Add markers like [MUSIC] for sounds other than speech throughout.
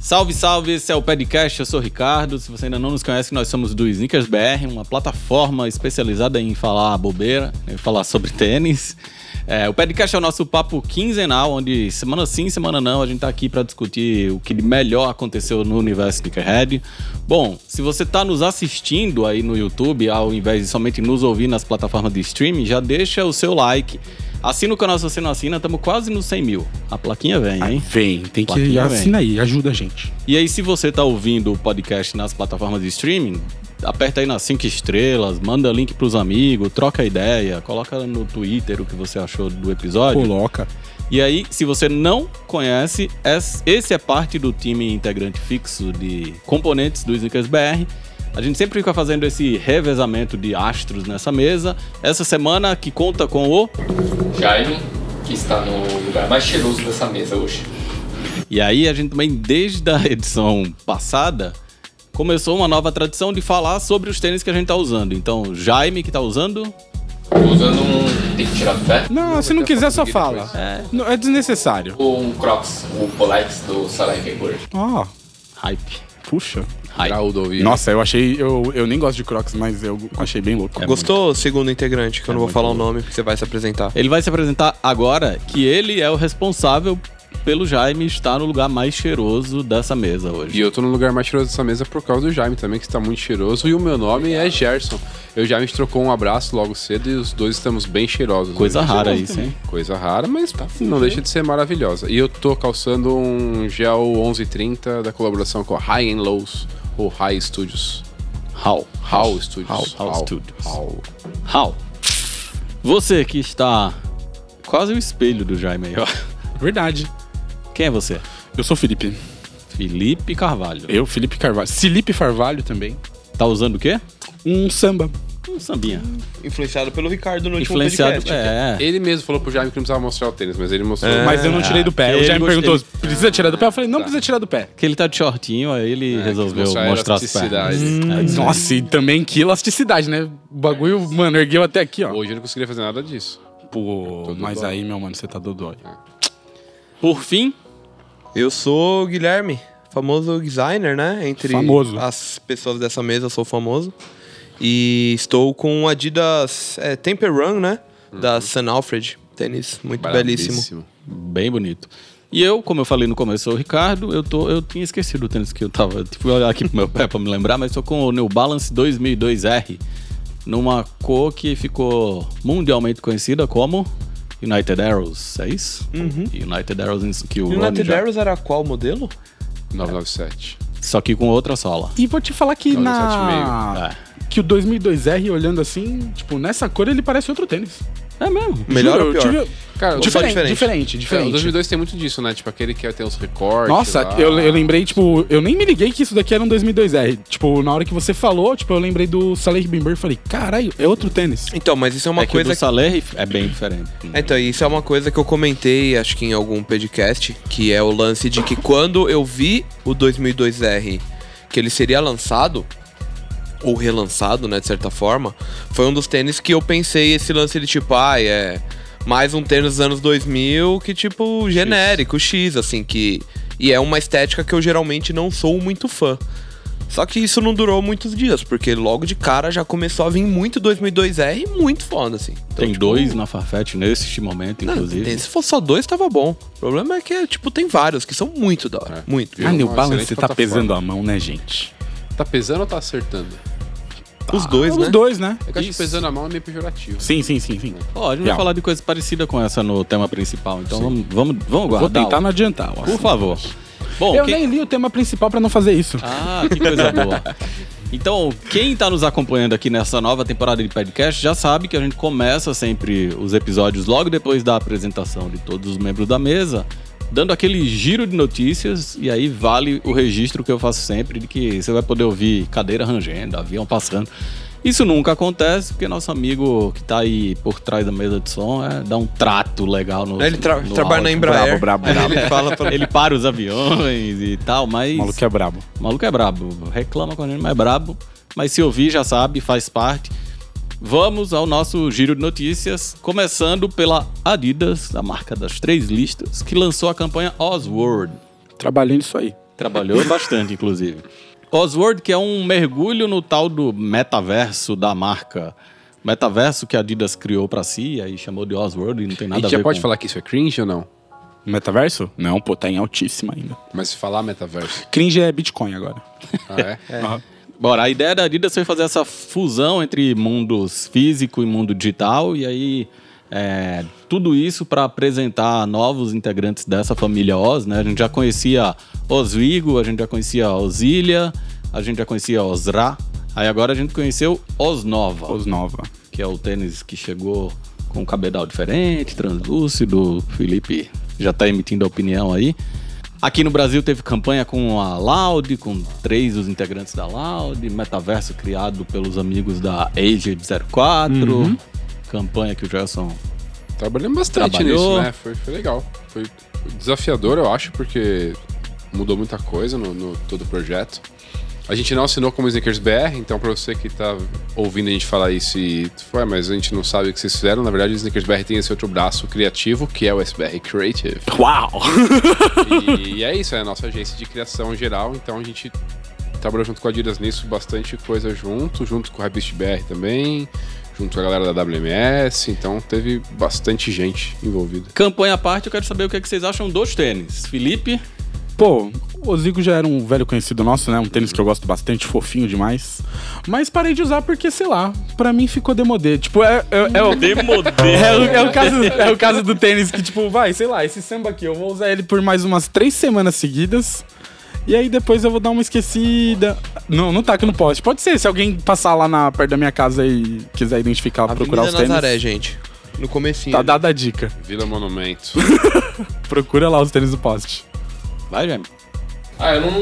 Salve, salve, esse é o Podcast, eu sou o Ricardo. Se você ainda não nos conhece, nós somos do Sneakers BR, uma plataforma especializada em falar bobeira, em falar sobre tênis. É, o Podcast é o nosso papo quinzenal, onde semana sim, semana não, a gente tá aqui para discutir o que de melhor aconteceu no universo Sneakerhead. Bom, se você tá nos assistindo aí no YouTube, ao invés de somente nos ouvir nas plataformas de streaming, já deixa o seu like. Assina o canal se você não assina, estamos quase nos 100 mil. A plaquinha vem, hein? Vem, tem que Plaquinha assina aí, ajuda a gente. E aí, se você tá ouvindo o podcast nas plataformas de streaming, aperta aí nas 5 estrelas, manda link pros amigos, troca ideia, coloca no Twitter o que você achou do episódio. Coloca. E aí, se você não conhece, es- esse é parte do time integrante fixo de componentes do Sneakers BR. A gente sempre fica fazendo esse revezamento de astros nessa mesa. Essa semana que conta com o. Jaime, que está no lugar mais cheiroso dessa mesa hoje. E aí a gente também, desde a [LAUGHS] edição passada, começou uma nova tradição de falar sobre os tênis que a gente tá usando. Então, Jaime que tá usando. Tô usando um. Tem que tirar fé? Não, se não quiser, só fala. É. Não, é desnecessário. Ou um Crocs, o Polex do Sarai Bird. Ó, Hype. puxa. Hype. Nossa, eu achei. Eu, eu nem gosto de Crocs, mas eu achei bem louco. É Gostou, segundo integrante, que eu não É vou muito falar o nome, porque você vai se apresentar. Ele vai se apresentar agora que ele é o responsável pelo Jaime estar no lugar mais cheiroso dessa mesa E hoje. eu tô no lugar mais cheiroso dessa mesa por causa do Jaime também, que está muito cheiroso. E o meu nome é Gerson. Eu já me trocou um abraço logo cedo e os dois estamos bem cheirosos. Coisa Bem rara cheirosos isso, também. hein? Coisa rara, mas tá, não deixa de ser maravilhosa. E eu tô calçando um gel 1130 da colaboração com a High and Lows, ou High Studios. How? How Studios. How, How Studios. How. How? Você que está quase o espelho do Jaime aí, ó. Verdade. Quem é você? Eu sou Felipe. Felipe Carvalho. Eu, Felipe Carvalho. Felipe Carvalho também. Tá usando o quê? Um samba. Um sambinha. Influenciado pelo Ricardo no último Influenciado. um podcast. É. Ele mesmo falou pro Jaime que não precisava mostrar o tênis, mas ele mostrou. Mas eu não tirei do pé. ele O Jaime gostei. perguntou: precisa tirar do pé? Eu falei: não precisa tirar do pé. Que ele tá de shortinho, aí ele resolveu É, mostrar a mostrar as elasticidade. É pernas. Hum. Ai, Nossa, e também que elasticidade, né? O bagulho, mano, ergueu até aqui, ó. Hoje eu não conseguiria fazer nada disso. Pô, mas aí, meu mano, você tá dodói. Por fim, Eu sou o Guilherme, famoso designer, né? Entre Famoso. as pessoas dessa mesa, eu sou famoso. E estou com o Adidas é, Temper Run, né? Uhum. Da San Alfred. Tênis muito belíssimo. Brabíssimo. bem bonito. E eu, como eu falei no começo, sou o Ricardo, eu, tô, eu tinha esquecido o tênis que eu tava. Fui olhar aqui pro meu pé pra me lembrar, mas tô com o New Balance 2002R, numa cor que ficou mundialmente conhecida como United Arrows, é isso? United Arrows, que o Ronnie Uhum. United já- Arrows era qual modelo? 997. Só que com outra sola. É. E vou te falar que Olha, Ah, na... Que o 2002R, olhando assim, tipo, nessa cor ele parece outro tênis. É. é mesmo. Melhor Juro, ou eu pior? tive- Cara, Ou só Diferente, diferente? diferente, É, o diferente. 2002 tem muito disso, né? Tipo, aquele que tem os recortes. Nossa, lá. eu, eu lembrei, tipo, eu nem me liguei que isso daqui era um 2002R. Tipo, na hora que você falou, tipo, eu lembrei do Saleh Bimber e falei, caralho, é outro tênis. Então, mas isso é uma é que o coisa do Saleh é bem diferente. É, Então, isso é uma coisa que eu comentei, acho que em algum podcast, que é o lance de que quando eu vi o 2002R, que ele seria lançado, ou relançado, né, de certa forma, foi um dos tênis que eu pensei esse lance de tipo, ai, é mais um tênis dos anos 2000 que tipo genérico, X, assim, que e é uma estética que eu geralmente não sou muito fã. Só que isso não durou muitos dias, porque logo de cara já começou a vir muito 2002R e muito foda, assim. Então, Tem tipo, dois na Farfetch nesse momento, não, inclusive. tem- se fosse só dois, tava bom. O problema é que, tipo, tem vários que são muito da hora. É. Muito. Ah, Ah, New New Uma Balance, Balance excelente tá tá plataforma. pesando pesando a mão, né, gente? Tá pesando ou tá acertando? Os dois, Os né? dois, né? É que eu acho que Isso. pesando a mão é meio pejorativo. Sim, sim, sim, sim. Ó, a gente vai Real. falar de coisa parecida com essa no tema principal, então vamos, vamos, vamos guardar. Vou um. tentar não adiantar, ó. Por favor. Bom, Eu quem- nem li o tema principal pra não fazer isso. Ah, que coisa boa. Então, quem está nos acompanhando aqui nessa nova temporada de podcast já sabe que a gente começa sempre os episódios logo depois da apresentação de todos os membros da mesa, dando aquele giro de notícias, e aí vale o registro que eu faço sempre de que você vai poder ouvir cadeira rangendo, avião passando. Isso nunca acontece, porque nosso amigo que tá aí por trás da mesa de som é, dá um trato legal no. Ele tra- no trabalha na áudio. Embraer. brabo, Aí Ele fala [LAUGHS] pra... Ele para os aviões e tal, mas. O maluco é brabo. O maluco é brabo, reclama com a gente, mas é brabo. Mas se ouvir, já sabe, faz parte. Vamos ao nosso giro de notícias, começando pela Adidas, a marca das três listas, que lançou a campanha Oswald. Trabalhando isso aí. Trabalhou bastante, inclusive. Oswald, que é um mergulho no tal do metaverso da marca. Metaverso que a Adidas criou pra si, e aí chamou de Oswald e não tem A nada a, gente ver já pode com... falar que isso é cringe ou não? Metaverso? Não, pô, tá em altíssima ainda. Mas se falar metaverso. [LAUGHS] Cringe é Bitcoin agora. Ah, é? Aham. Bora, a ideia da Adidas foi fazer essa fusão entre mundos físico e mundo digital, e aí é, tudo isso para apresentar novos integrantes dessa família Oz, né? A gente já conhecia Oswigo, a gente já conhecia Osília, a gente já conhecia Osra, aí agora a gente conheceu Osnova, Os Nova. que é o tênis que chegou com um cabedal diferente, translúcido, Felipe já tá emitindo a opinião aí. Aqui no Brasil teve campanha com a Loud, com três dos integrantes da Loud, metaverso criado pelos amigos da Age04, campanha que o Gerson Trabalhamos bastante Trabalhou. nisso, né? Foi, foi legal. Foi desafiador, eu acho, porque mudou muita coisa no, no todo o projeto. A gente não assinou como Sneakers BR, então pra você que tá ouvindo a gente falar isso e... Ué, mas a gente não sabe o que vocês fizeram. Na verdade, o Sneakers BR tem esse outro braço criativo, que é o SBR Creative. Uau! E é isso, é a nossa agência de criação geral, então a gente trabalhou junto com a Adidas nisso, bastante coisa junto, junto com a Rabist BR também, junto com a galera da WMS, então teve bastante gente envolvida. Campanha à parte, eu quero saber o que, é que vocês acham dos tênis. Felipe, Pô, o Zico já era um velho conhecido nosso, né? Um tênis que eu gosto bastante, fofinho demais. Mas parei de usar porque, sei lá, pra mim ficou demodê. Tipo, é, é, é [LAUGHS] o... [LAUGHS] É o, é o caso, é o caso do tênis que, tipo, vai, sei lá, esse samba aqui, eu vou usar ele por mais umas três semanas seguidas. E aí depois eu vou dar uma esquecida. Não, não taca no poste. Pode ser, se alguém passar lá na, perto da minha casa e quiser identificar, procurar os Avenida tênis. Nazaré, gente. No comecinho. Tá dada a dica. Vila Monumento. Procura lá os tênis do poste. vai, Jaime. Ah, eu não.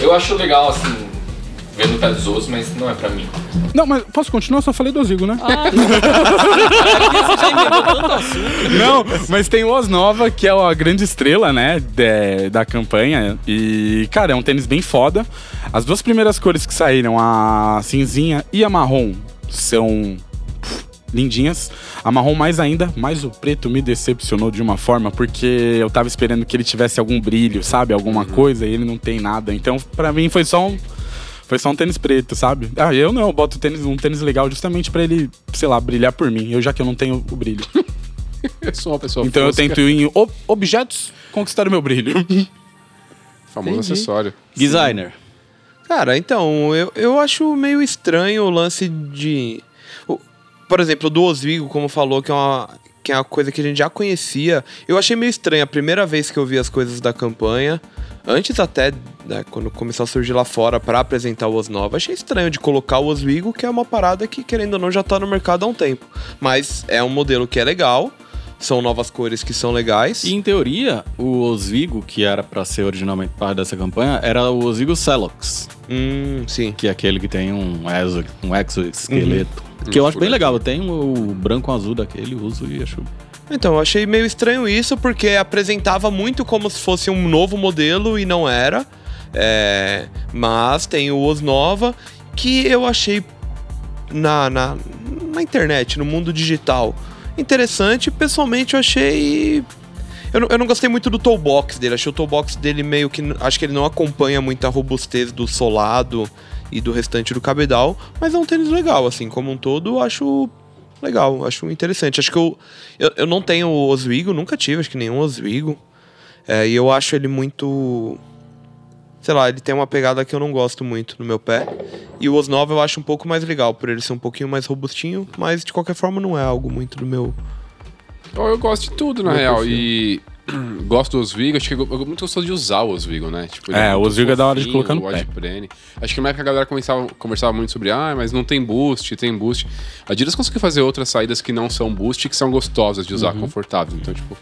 Eu acho legal, assim, ver no pé dos outros, mas não é pra mim. Não, mas posso continuar? Eu só falei do Osigo, né? [LAUGHS] não. mas tem o Osnova, que é a grande estrela, né, de- da campanha. E, cara, é um tênis bem foda. As duas primeiras cores que saíram, a cinzinha e a marrom, são pff, lindinhas. A marrom mais ainda, mas o preto me decepcionou de uma forma, porque eu tava esperando que ele tivesse algum brilho, sabe? Alguma coisa, e ele não tem nada. Então, pra mim, foi só um... Foi só um tênis preto, sabe? Ah, eu não, eu boto tênis, um tênis legal justamente pra ele, sei lá, brilhar por mim. Eu já que eu não tenho o brilho. [LAUGHS] Eu sou uma pessoa Então eu fosca. tento em ob- objetos conquistar o meu brilho. Famoso acessório. Designer. Cara, então, eu, eu acho meio estranho o lance de. o- por exemplo, do Oswigo, como falou, que é, uma, que é uma coisa que a gente já conhecia. Eu achei meio estranho a primeira vez que eu vi as coisas da campanha. Antes até, né, quando começou a surgir lá fora pra apresentar o Osnova, achei estranho de colocar o Oswigo, que é uma parada que, querendo ou não, já tá no mercado há um tempo. Mas é um modelo que é legal, são novas cores que são legais. E em teoria, o Oswigo, que era pra ser originalmente parte dessa campanha, era o Oswigo Celox. Hum, sim. que é aquele que tem um, exo, um exoesqueleto. Uhum. Que eu acho bem legal. Eu tenho o branco com azul daquele, uso e acho. Então, eu achei meio estranho isso, porque apresentava muito como se fosse um novo modelo e não era. É, mas tem o Osnova, que eu achei na, na, na internet, no mundo digital, interessante. Pessoalmente, eu achei. Eu não, eu não gostei muito do toolbox dele. Achei o toolbox dele meio que. n- Acho que ele não acompanha muito a robustez do solado e do restante do cabedal. Mas é um tênis legal, assim, como um todo, eu acho legal, acho interessante. Acho que eu, eu, eu não tenho o Oswigo, nunca tive, acho que nenhum Oswigo. É, e eu acho ele muito. Sei lá, ele tem uma pegada que eu não gosto muito no meu pé. E o Osnova eu acho um pouco mais legal, por ele ser um pouquinho mais robustinho, mas de qualquer forma não é algo muito do meu. Eu, eu gosto de tudo, na Meu real. perfil. E [CLEARS THROAT] gosto do Oswego. Acho que eu, eu muito gostoso de usar o Oswego, né? Tipo, ele É, o muito Oswego é da hora de fofinho, colocar no o pé. Watchprene. Acho que na época a galera começava, conversava muito sobre, ah, mas não tem boost, tem boost. A Adidas conseguiu fazer outras saídas que não são boost e que são gostosas de Uhum. usar, confortáveis. Então, tipo,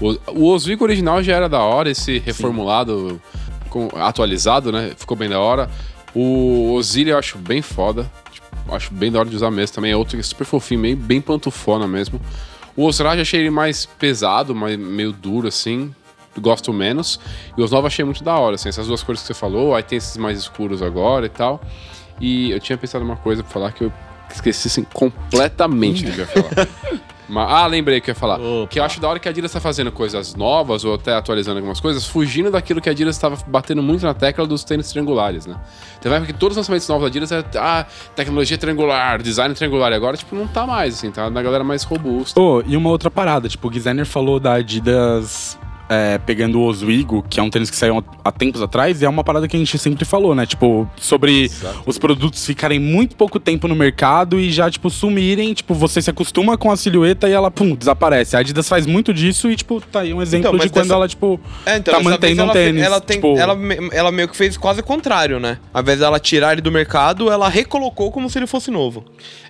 o, o Oswego original já era da hora, esse reformulado, com- atualizado, né? Ficou bem da hora. O Osiris eu acho bem foda. Tipo, acho bem da hora de usar mesmo também. É outro que é super fofinho, meio, bem pantufona mesmo. O Osraj achei ele mais pesado, mais, meio duro assim. Gosto menos. E os novos achei muito da hora, assim. Essas duas cores que você falou, aí tem esses mais escuros agora e tal. E eu tinha pensado uma coisa pra falar que eu esqueci assim, completamente do que eu ia falar. Mas- ah, lembrei o que eu ia falar. Opa. Que eu acho da hora que a Adidas tá fazendo coisas novas ou até atualizando algumas coisas, fugindo daquilo que a Adidas estava batendo muito na tecla dos tênis triangulares, né? Teve uma época que todos os lançamentos novos da Adidas era ah, tecnologia triangular, design triangular. E agora, tipo, não tá mais, assim, tá na galera mais robusta. Ô, e uma outra parada, tipo, o designer falou da Adidas é, pegando o Oswego, que é um tênis que saiu há tempos atrás, e é uma parada que a gente sempre falou, né? Tipo, sobre os produtos ficarem muito pouco tempo no mercado e já, tipo, sumirem, tipo, você se acostuma com a silhueta e ela, pum, desaparece. A Adidas faz muito disso e, tipo, tá aí um exemplo Então, mas de quando dessa- ela, tipo, É, então, tá dessa vez mantendo um ela fe- tênis. Ela, tem, tipo, ela, me- ela meio que fez quase o contrário, né? Ao invés dela tirar ele do mercado, ela recolocou como se ele fosse novo.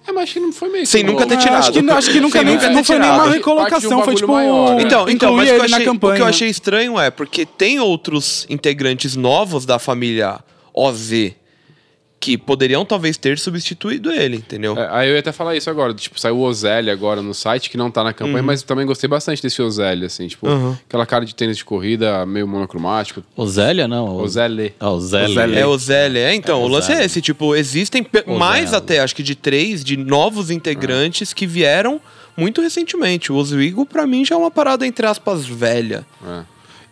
É, mas acho que não foi meio Sem que um nunca ter rolou. Ah, tirado. Acho que, acho que nunca Sem nem nunca ter não foi nem tirado. uma Parte de um recolocação, foi bagulho tipo. maior, né? Então, então incluir mas o que, eu ele na achei, o campanha. que eu achei estranho é porque tem outros integrantes novos da família OZ que poderiam talvez ter substituído ele, entendeu? É, aí eu ia até falar isso agora, tipo, saiu o Ozelli agora no site, que não tá na campanha, mas também gostei bastante desse Ozelli, assim, tipo, aquela cara de tênis de corrida, meio monocromático. né? Osélia, não. Ozelli. Ah, Osélia. Osélia. É o Zélio. É, então, o lance é esse. Tipo, existem pe- O mais Zélio. até, acho que de três, de novos integrantes que vieram muito recentemente. O Oswego, pra mim, já é uma parada, entre aspas, velha. É.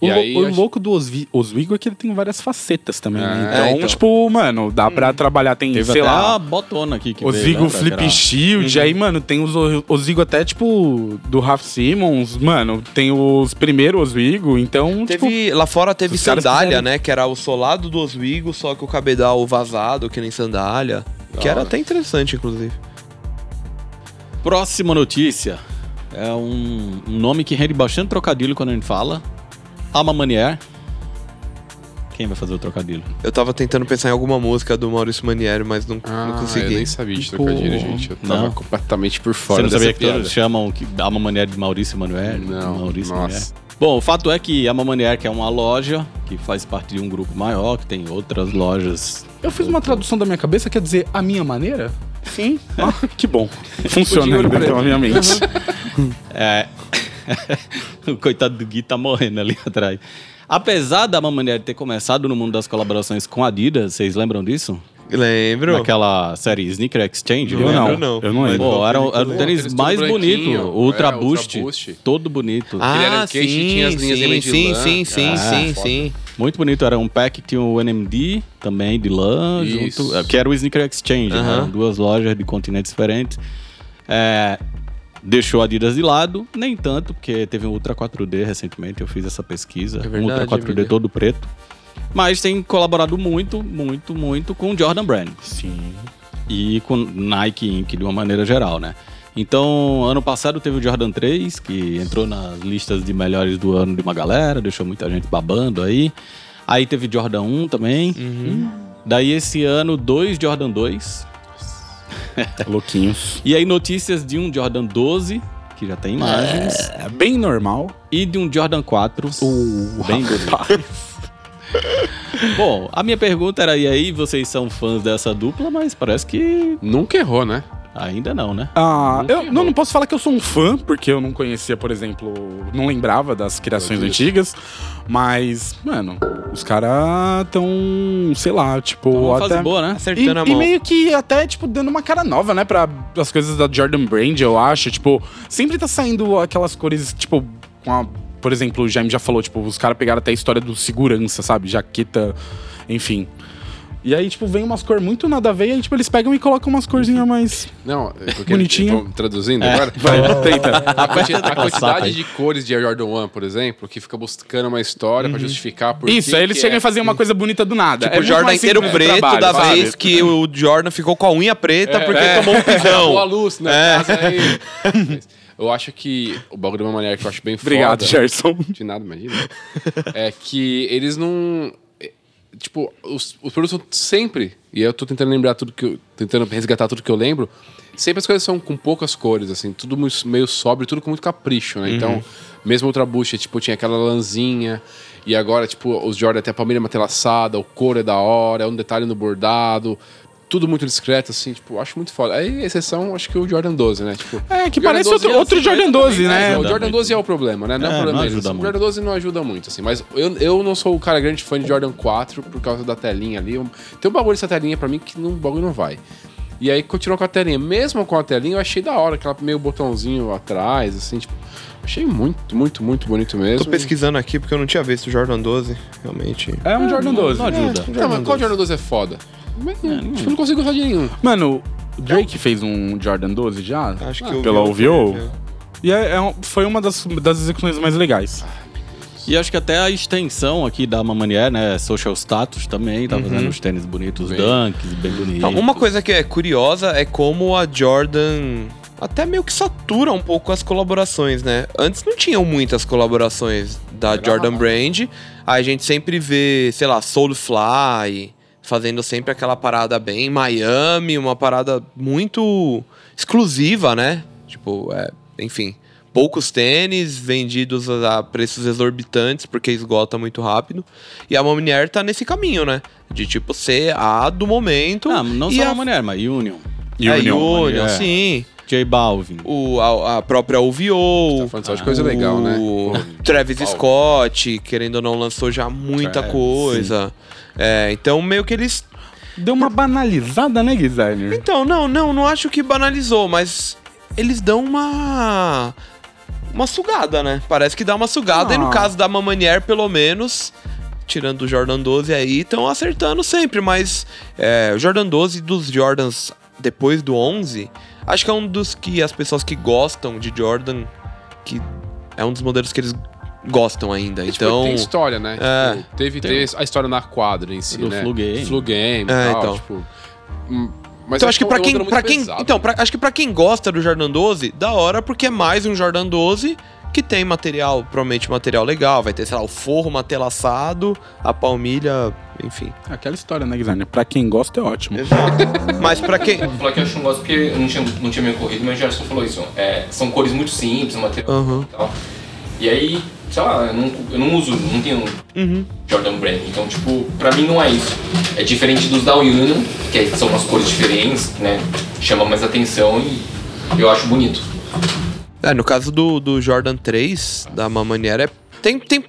O, E lou- aí, o acho- louco do Oswi- Oswego é que ele tem várias facetas também, né? É, Então, então. tipo, mano, dá pra trabalhar, tem, Teve sei até lá, a botona aqui que veio, Oswego né, pra Uhum. Flip virar. Shield, aí, mano, tem os o- Oswego até, tipo, do Ralph Simmons, mano, tem os primeiros Oswego, então, tipo... Teve, lá fora teve os caras sandália, fizeram- né? Que era o solado do Oswego, só que o cabedal vazado, que nem sandália. Que Da era hora. até interessante, inclusive. Próxima notícia. É um, um nome que rende bastante trocadilho quando a gente fala. Ama Manier. Quem vai fazer o trocadilho? Eu tava tentando pensar em alguma música do Maurício Manieri, mas não, Ah, não eu nem consegui. sabia de Pô, trocadilho, gente. Eu tava não. completamente por fora Você não dessa sabia que piada. todos chamam que Ama Manier de Maurício Manuel? Não, Maurício nossa. Manier. Bom, o fato é que Ama Manier, que é uma loja que faz parte de um grupo maior, que tem outras lojas. Eu fiz uma tradução da minha cabeça, quer dizer, a minha maneira? Sim. Ah, que bom. [LAUGHS] Funciona pela minha mente. É. [LAUGHS] o coitado do Gui tá morrendo ali [LAUGHS] atrás. Apesar da Ama Manier ter começado no mundo das colaborações com a Adidas, vocês lembram disso? Lembro. Naquela série Sneaker Exchange? Eu não, lembra? lembro, não. eu não lembro. Pô, era, o- era o Pô, tênis tênis todo mais branquinho. bonito, É, o Ultra, Ultra Boost, Boost. todo bonito. Ah, Ele era quente, tinha as linhas sim, dele de sim, lã. sim, sim, Ah, sim, foda. sim. Tipo Muito bonito, era um pack que tinha o NMD também, de lã, Isso. junto, é, que era o Sneaker Exchange, né? Aham. Eram duas lojas de continentes diferentes. É, deixou a Adidas de lado, nem tanto, porque teve um Ultra 4D recentemente, eu fiz essa pesquisa, É um verdade, Ultra 4D amiga. todo preto. Mas tem colaborado muito, muito, muito com o Jordan Brand. Sim. e com Nike Inc. de uma maneira geral, né? Então, ano passado teve o Jordan 3, que entrou nas listas de melhores do ano de uma galera, deixou muita gente babando aí. Aí teve Jordan 1 também. Uhum. Daí esse ano, dois Jordan 2. Louquinhos. E aí notícias de um Jordan 12, que já tem imagens, É bem normal. e de um Jordan 4. bem bonito. Bom, a minha pergunta era, e aí, vocês são fãs dessa dupla, mas parece que Nunca errou, né? ainda não, né? Ah, eu não, não posso falar que eu sou um fã, porque eu não conhecia, por exemplo, não lembrava das criações Entendi. antigas, mas, mano, os caras tão, sei lá, tipo, Então, uma até... fase boa, né? E, Acertando a e mão. meio que até, tipo, dando uma cara nova, né, para as coisas da Jordan Brand, eu acho, tipo, sempre tá saindo aquelas cores, tipo, com a, por exemplo, o Jaime já falou, tipo, os caras pegaram até a história do segurança, sabe, jaqueta, enfim... E aí, tipo, vem umas cores muito nada a ver, e aí, tipo, eles pegam e colocam umas corzinhas mais. Não, é porque Bonitinho. tô traduzindo agora. Vai, tenta. A, quanti- a Sapa aí. quantidade de cores de Jordan 1, por exemplo, que fica buscando uma história pra justificar por Isso, que aí eles que chegam é. e fazem uma coisa bonita do nada. É o Tipo, Jordan inteiro preto da vez que o Jordan ficou com a unha preta É, porque tomou [LAUGHS] um Acabou a pisão. luz, né? Casa aí. Eu acho que o bagulho de uma maneira que eu acho bem Obrigado, foda. Gerson. [LAUGHS] De nada, imagina. é que eles não. é, Tipo, os, os produtos são sempre. E eu tô tentando lembrar tudo que eu. Tentando resgatar tudo que eu lembro. Sempre as coisas são com poucas cores, assim, tudo mu- meio sóbrio, tudo com muito capricho, né? Então, mesmo outra bucha, tipo, tinha aquela lanzinha, e agora, tipo, os Jordan até a palmeira matelaçada, o couro é da hora, é um detalhe no bordado, tudo muito discreto, assim, tipo, acho muito foda. Aí, exceção, acho que o Jordan 12, né? Tipo, É, que Jordan parece 12 outro, é outro assim, Jordan mas 12, também, né? mas O Jordan 12 é o problema, né? Não é, É, o problema não deles. ajuda O muito. Jordan 12 não ajuda muito, assim. Mas eu, eu não sou o cara grande fã de Jordan 4 por causa da telinha ali. Eu- Tem um bagulho dessa telinha pra mim que não, o bagulho não vai. E aí continuou com a telinha. Mesmo com a telinha, eu achei da hora, aquela meio botãozinho atrás, assim, tipo. Achei muito, muito, muito bonito Tô mesmo. pesquisando aqui porque eu não tinha visto o Jordan 12, realmente. É um Jordan 12. Não ajuda. Não, mas qual Jordan 12 é foda? Mas, tipo, não consigo gostar de nenhum. Mano, o Drake fez um Jordan 12 já? Acho que Ah, o Pela Will OVO? foi, é. E é- é um- foi uma das, das execuções mais legais. E acho que até a extensão aqui da Mamanier, né? Social Status também, tá fazendo uns tênis bonitos, Bem. dunks, bem bonitos. Então, uma coisa que é curiosa é como a Jordan até meio que satura um pouco as colaborações, né? Antes não tinham muitas colaborações da Era Jordan uma- Brand. A gente sempre vê, sei lá, Soulfly fazendo sempre aquela parada bem Miami, uma parada muito exclusiva, né? Tipo, é, enfim, poucos tênis vendidos a preços exorbitantes porque esgota muito rápido. E a Momnier tá nesse caminho, né? De tipo ser a do momento. Não, Ah, não e só a a Mamanier, mas Union, é, Union. Union, é. sim. J Balvin. O, a, a própria Tá OVO. falando só de coisa legal, né? o Travis Paulo. Scott, querendo ou não, lançou já muita Travis, coisa. É, então meio que eles. Deu uma banalizada, né, designer? Então, não, não, não acho que banalizou, mas eles dão uma. Uma sugada, né? Parece que dá uma sugada, e no Ah. caso da Mamanier, pelo menos. Tirando o Jordan 12 aí, estão acertando sempre, mas é, o Jordan 12 dos Jordans depois do 11, acho que é um dos que as pessoas que gostam de Jordan, que é um dos modelos que eles gostam ainda. E, tipo, Então, tem história, né? É. Tipo, teve, teve a história na quadra em si, Do né? Flu Game. Flu Game e É, tal, então. tipo... hum, Mas Então acho que um- pra é um quem, modelo para muito quem, pesado. então pra- acho que pra quem gosta do Jordan 12, da hora porque é mais um Jordan 12 que tem material, promete material legal, vai ter sei lá o forro matelaçado, a palmilha, enfim. Aquela história, né, designer? Pra quem gosta, é ótimo. Mas pra [LAUGHS] quem, Falar que eu acho um gosto porque não tinha, não tinha me ocorrido, mas o Gerson falou isso. É, são cores muito simples, um material Aham. e tal. E aí, sei lá, eu não, eu não uso, não tenho Jordan Brand. Então, tipo, pra mim não é isso. É diferente dos da Union, que são umas cores diferentes, né? Chama mais atenção e eu acho bonito. é, no caso do, do Jordan 3 da Mamaniera, é, tem tem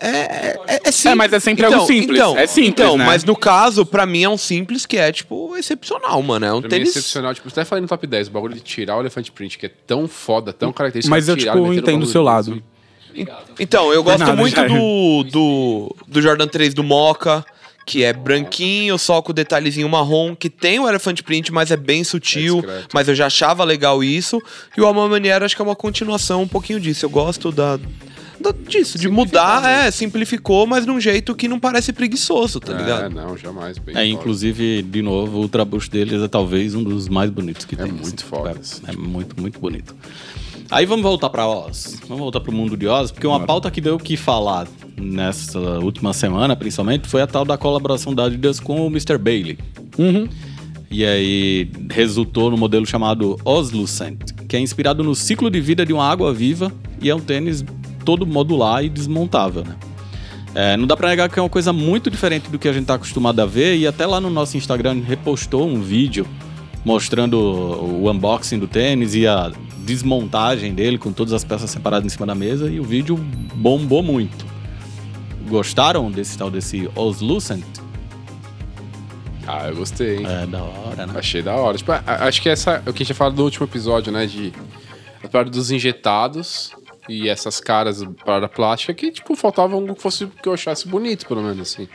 é, é, é, simples. É, mas é sempre algo simples. Então, É simples, Então, né? mas no caso, pra mim é um simples que é tipo excepcional, mano, é um Pra mim é tênis excepcional. Tipo, até falei no top 10, o bagulho de tirar o elefante print, que é tão foda, tão característico. Mas eu, tirar, tipo, meter o entendo o bagulho seu de- lado. Então, eu gosto nada, muito Jair. do, do, do Jordan 3 do Mocha, que é branquinho, só com o detalhezinho marrom, que tem o Elephant Print, mas é bem sutil. discreto. mas eu já achava legal isso. E o Alma Maniera acho que é uma continuação um pouquinho disso. Eu gosto da. da- disso, de mudar, é, simplificou, mas de um jeito que não parece preguiçoso, tá É, ligado? não, jamais. bem É, foda. inclusive, de novo, o Ultra Boost deles é talvez um dos mais bonitos que É tem. muito assim, foda, é, assim, é muito, muito bonito. Aí vamos voltar pra Oz. Vamos voltar pro mundo de Oz, porque uma pauta que deu o que falar nessa última semana, principalmente, foi a tal da colaboração da Adidas com o Mr. Bailey. E aí resultou no modelo chamado Oslucent, que é inspirado no ciclo de vida de uma água viva e é um tênis todo modular e desmontável, né? É, não dá pra negar que é uma coisa muito diferente do que a gente tá acostumado a ver e até lá no nosso Instagram a gente repostou um vídeo mostrando o unboxing do tênis e a desmontagem dele com todas as peças separadas em cima da mesa e o vídeo bombou muito. Gostaram desse tal desse Oslucent? Ah, eu gostei, hein? É da hora, né? Achei da hora. Tipo, a- a- acho que essa é o que a gente falou no último episódio, né? De a parada dos injetados e essas caras para plástica que, tipo, faltava algo que fosse que eu achasse bonito, pelo menos, assim.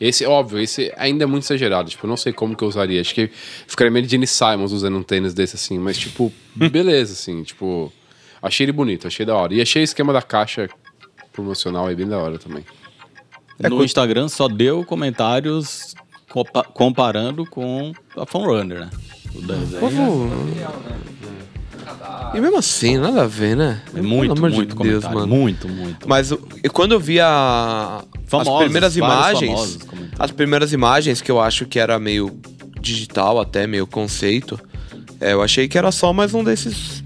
Esse, óbvio, esse ainda é muito exagerado. Tipo, eu não sei como que eu usaria. Acho que ficaria meio Jenny Simons usando um tênis desse, assim. Mas, tipo, beleza, assim. Tipo, achei ele bonito, achei da hora. E achei o esquema da caixa promocional aí bem da hora também. É no Instagram só deu comentários compa- comparando com a Fun Runner, né? O desenho. E mesmo assim, nada a ver, né? É muito, Pelo amor de muito comentário. muito, muito. Mas o- e quando eu vi a, Famosos, as primeiras vários imagens, famosos comentando. as primeiras imagens que eu acho que era meio digital até, meio conceito, é, eu achei que era só mais um desses...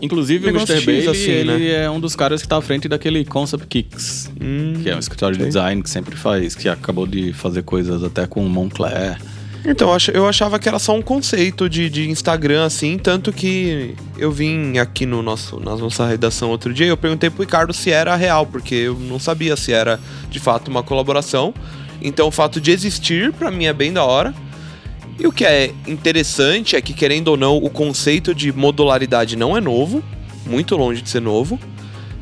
Inclusive o negócio Mr. X, Bailey, assim, ele é um dos caras que tá à frente daquele Concept Kicks, hum, que é Uhum. um escritório de design que sempre faz, que acabou de fazer coisas até com o Moncler. Então, eu ach- eu achava que era só um conceito de, de Instagram, assim, tanto que eu vim aqui no nosso, na nossa redação outro dia e eu perguntei pro Ricardo se era real, porque eu não sabia se era de fato uma colaboração. Então, o fato de existir, pra mim, é bem da hora. E o que é interessante é que, querendo ou não, o conceito de modularidade não é novo, muito longe de ser novo.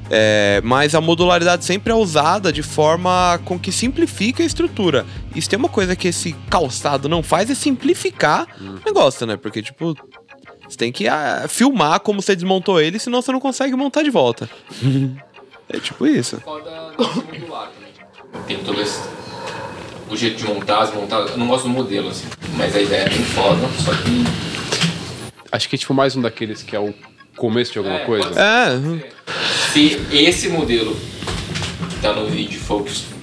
É, mas a modularidade sempre é usada de forma com que simplifica a estrutura. E se tem uma coisa que esse calçado não faz é simplificar o negócio, né? Porque, tipo, você tem que ah, filmar como você desmontou ele, senão você não consegue montar de volta. é tipo isso. Foda não ser modular também. Tem né? todo esse... O jeito de montar, desmontar. Eu não gosto do modelo, assim. Mas a ideia é bem foda, só que... Acho que é tipo mais um daqueles que é o começo de alguma É, coisa. pode É, Se esse modelo que tá no vídeo for o que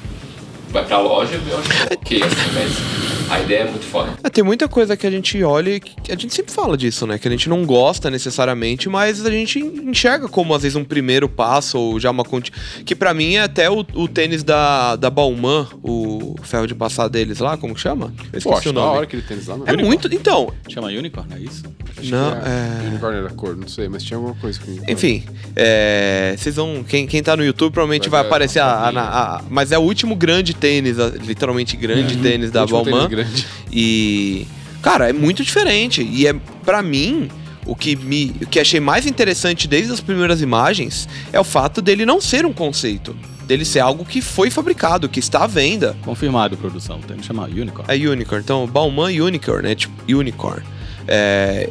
vai pra loja, eu acho que é ok, assim, mas a ideia é muito foda. É, tem muita coisa que a gente olha e que a gente sempre fala disso, né? Que a gente não gosta necessariamente, mas a gente enxerga como às vezes um primeiro passo ou já uma conti... que pra mim é até o, o tênis da da Bauman, o ferro de passar deles lá, como que chama? Eu Pô, esqueci acho o da hora nome. que ele tênis lá, né? É muito, então, Chama Unicorn, é isso? não, É. é... Unicórnio era cor, não sei, mas tinha alguma coisa com Enfim, é, vocês vão. Quem, quem tá no YouTube provavelmente vai, Vai ver aparecer a, a- a- Mas é o último grande tênis, a- literalmente grande tênis da Uhum. Último um tênis Bauman. grande. E cara, é muito diferente e é pra mim o que me o que achei mais interessante desde as primeiras imagens é o fato dele não ser um conceito, dele ser algo que foi fabricado, que está à venda. Confirmado, produção. Tem que chamar Unicorn. É Unicorn, então Bauman Unicorn, né? Tipo, Unicorn. É,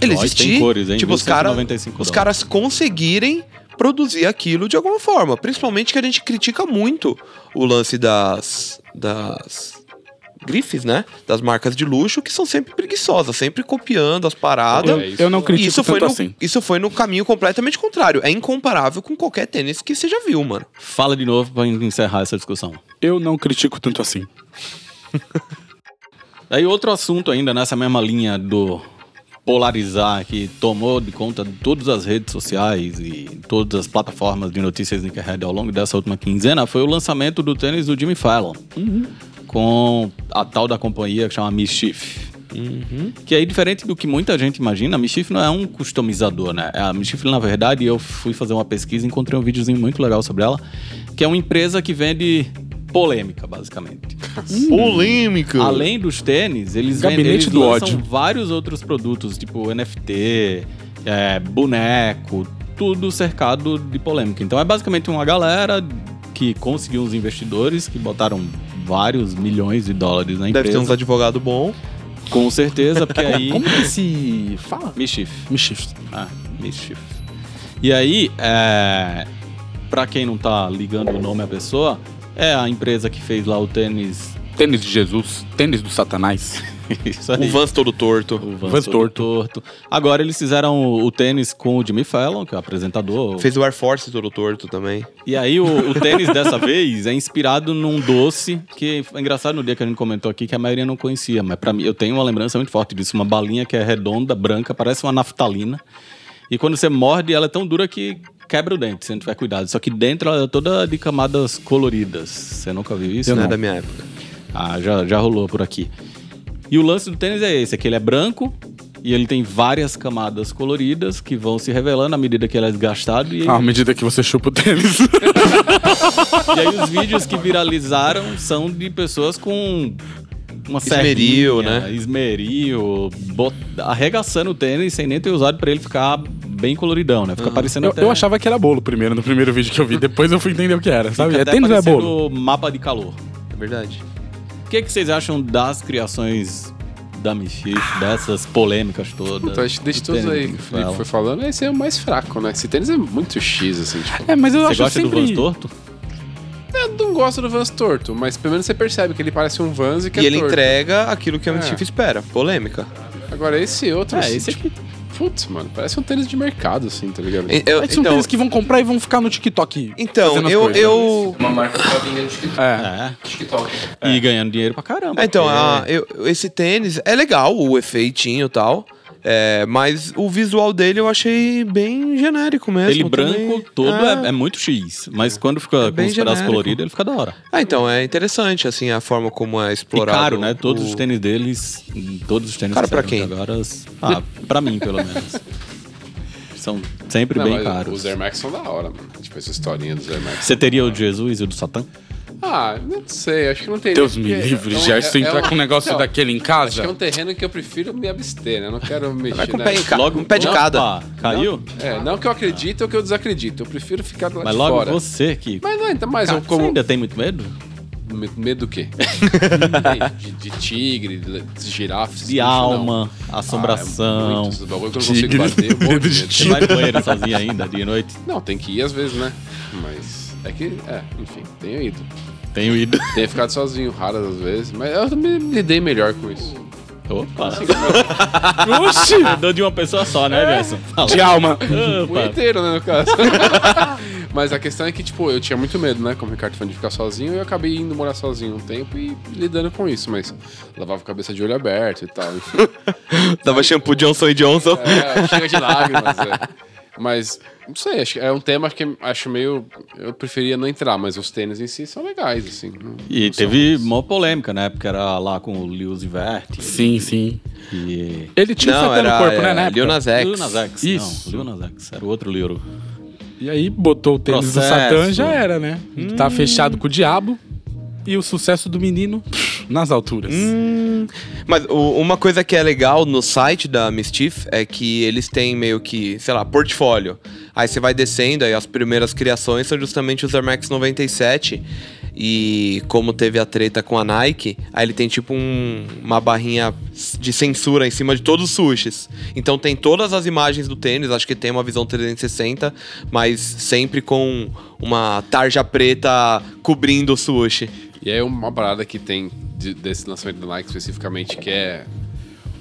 ele Nós tem existir, cores, hein? tipo os caras 1195 os dólares. caras conseguirem produzir aquilo de alguma forma. Principalmente que a gente critica muito o lance das. das grifes, né? Das marcas de luxo que são sempre preguiçosas, sempre copiando as paradas. É, isso Eu não foi- critico isso foi, tanto no, assim. isso foi no caminho completamente contrário. É incomparável com qualquer tênis que você já viu, mano. Fala de novo pra encerrar essa discussão. Eu não critico tanto assim. Aí outro assunto ainda nessa mesma linha do polarizar que tomou de conta de todas as redes sociais e todas as plataformas de notícias Sneakerhead ao longo dessa última quinzena foi o lançamento do tênis do Jimmy Fallon com a tal da companhia que chama Mischief. Uhum. Que aí, diferente do que muita gente imagina, a Mischief não é um customizador, né? A Mischief, na verdade, eu fui fazer uma pesquisa e encontrei um videozinho muito legal sobre ela, que é uma empresa que vende polêmica, basicamente. Polêmica. Além dos tênis, eles Gabinete vendem eles do lançam ódio. vários outros produtos, tipo NFT, é, boneco, tudo cercado de polêmica. Então é basicamente uma galera que conseguiu uns investidores que botaram vários milhões de dólares na Deve ter empresa. uns advogados bons. Com certeza, porque aí. Como que se fala? Mischief. Michif. Ah, Mischief. E aí, é... pra quem não tá ligando o nome à pessoa, é a empresa que fez lá o tênis. [LAUGHS] Tênis de Jesus, tênis do Satanás. Isso aí. [LAUGHS] O Vans todo torto. O Vans Vans todo torto. Agora eles fizeram o, o tênis com o Jimmy Fallon, que é o apresentador. Fez o Air Force todo torto também. E aí o, o tênis dessa vez é inspirado num doce que é engraçado no dia que a gente comentou aqui que a maioria não conhecia, mas para mim eu tenho uma lembrança muito forte disso, uma balinha que é redonda, branca, parece uma naftalina. E quando você morde, ela é tão dura que quebra o dente, se não tiver cuidado. Só que dentro ela é toda de camadas coloridas. Você nunca viu isso? não é né? da minha época. Ah, já, já rolou por aqui. E o lance do tênis é esse, é que ele é branco e ele tem várias camadas coloridas que vão se revelando à medida que ele é desgastado. E, Ah. À medida que você chupa o [LAUGHS] tênis. e aí os vídeos que viralizaram são de pessoas com uma Esmeril, serrinha, né? Esmeril, bot- arregaçando o tênis sem nem ter usado pra ele ficar bem coloridão, né? Ah. Fica parecendo eu, até... eu achava que era bolo primeiro, no primeiro vídeo que eu vi. Depois eu fui entender o que era, fica sabe? É até tênis ou é parecendo bolo? mapa de calor. É verdade. O que, que vocês acham das criações da Michif, dessas polêmicas todas? Então, acho que deixa do todos tênis aí do que o Jimmy Felipe Fallon? foi falando, esse é o mais fraco, né? Esse tênis é muito X, assim, tipo. [LAUGHS] É, mas eu Você acho gosta do sempre... Vans torto? Eu não gosto do Vans torto, mas pelo menos você percebe que ele parece um Vans e que e é ele torto. entrega aquilo que a É. Chief espera. Polêmica. Agora esse outro, É, assim, esse tipo, aqui. putz, mano, parece um tênis de mercado, assim, tá ligado? E- eu- É que são então, tênis que vão comprar e vão ficar no TikTok. fazendo então as eu, coisas. né? eu, Uma marca que tá vendendo TikTok. É. É. TikTok. E ganhando dinheiro pra caramba. é, então porque a- eu- esse tênis é legal, o efeitinho e tal. é, mas o visual dele eu achei bem genérico mesmo. Ele branco também. todo Ah, é, é muito X, mas quando fica com bem os pedaços genérico. coloridos, ele fica da hora. Ah, então é interessante assim a forma como é e explorado. caro, né? o- Todos os tênis deles, todos os tênis Caro que pra saíram até agora, ah, pra mim pelo menos. São sempre Não, bem mas assim. caros. Os Air Max são da hora, mano. Tipo, essa historinha dos Air Max. Você teria o de Jesus e o do Satã? Ah, Ah, não sei, acho que não teria. Deus me porque livre, é um- já. Se é- é entrar um- com um negócio não, daquele em Acho casa. que é um terreno que eu prefiro me abster, né? Eu não quero mexer. Vai com o nessa- pé, em ca... Logo um pé de Opa, cada. Caiu? É, não que eu acredite ou que eu desacredito. Eu prefiro ficar do lado Mas de logo fora. você que. Mas não, então, mas Cara, eu como. Você ainda tem muito medo? Me- Medo [LAUGHS] do quê? Tem de, de tigre, de, de girafa, esses De bichos, não. alma, Ah, é assombração. muito, esse bagulho que eu não Tigre. consigo bater, eu morro Medo de de medo. Você vai no banheiro sozinho ainda, de noite? Não, tem que ir às vezes, né? Mas é que, é, enfim, tenho ido. Tenho ido. Tenho ficado sozinho raras às vezes, mas eu me lidei melhor com isso. Opa. Dou de uma pessoa só, né, Gerson? Fala. De alma. O Opa. inteiro, né, no caso. mas a questão é que, tipo, eu tinha muito medo, né, como o Ricardo falou, de ficar sozinho, e eu acabei indo morar sozinho um tempo e lidando com isso, mas lavava a cabeça de olho aberto e tal, enfim. [LAUGHS] Dava shampoo Johnson Johnson. É, chega de lágrimas, é. Mas, não sei, acho que é um tema que acho meio. Eu preferia não entrar, mas os tênis em si são legais, assim. não- E não são teve ruins. mó polêmica, né? Porque era lá com o Lewis Vert Sim, sim. e... Ele tinha um Não, satã era no corpo, né, na é, época? Lil Nas X. Lil Nas X. Isso. Não, Lil Nas X. Era o outro livro. E aí botou o tênis do Processo. Satã já era, né? Tá fechado com o diabo. E o sucesso do menino pff, nas alturas. Hum, Mas o- uma coisa que é legal no site da Mischief é que eles têm meio que, sei lá, portfólio. Aí você vai descendo, aí as primeiras criações são justamente os Air Max 97. E como teve a treta com a Nike, aí ele tem tipo um- uma barrinha de censura em cima de todos os sushis. Então tem todas as imagens do tênis, acho que tem uma visão 360, mas sempre com uma tarja preta cobrindo o sushi. E aí uma parada que tem de- desse lançamento do Nike especificamente, que é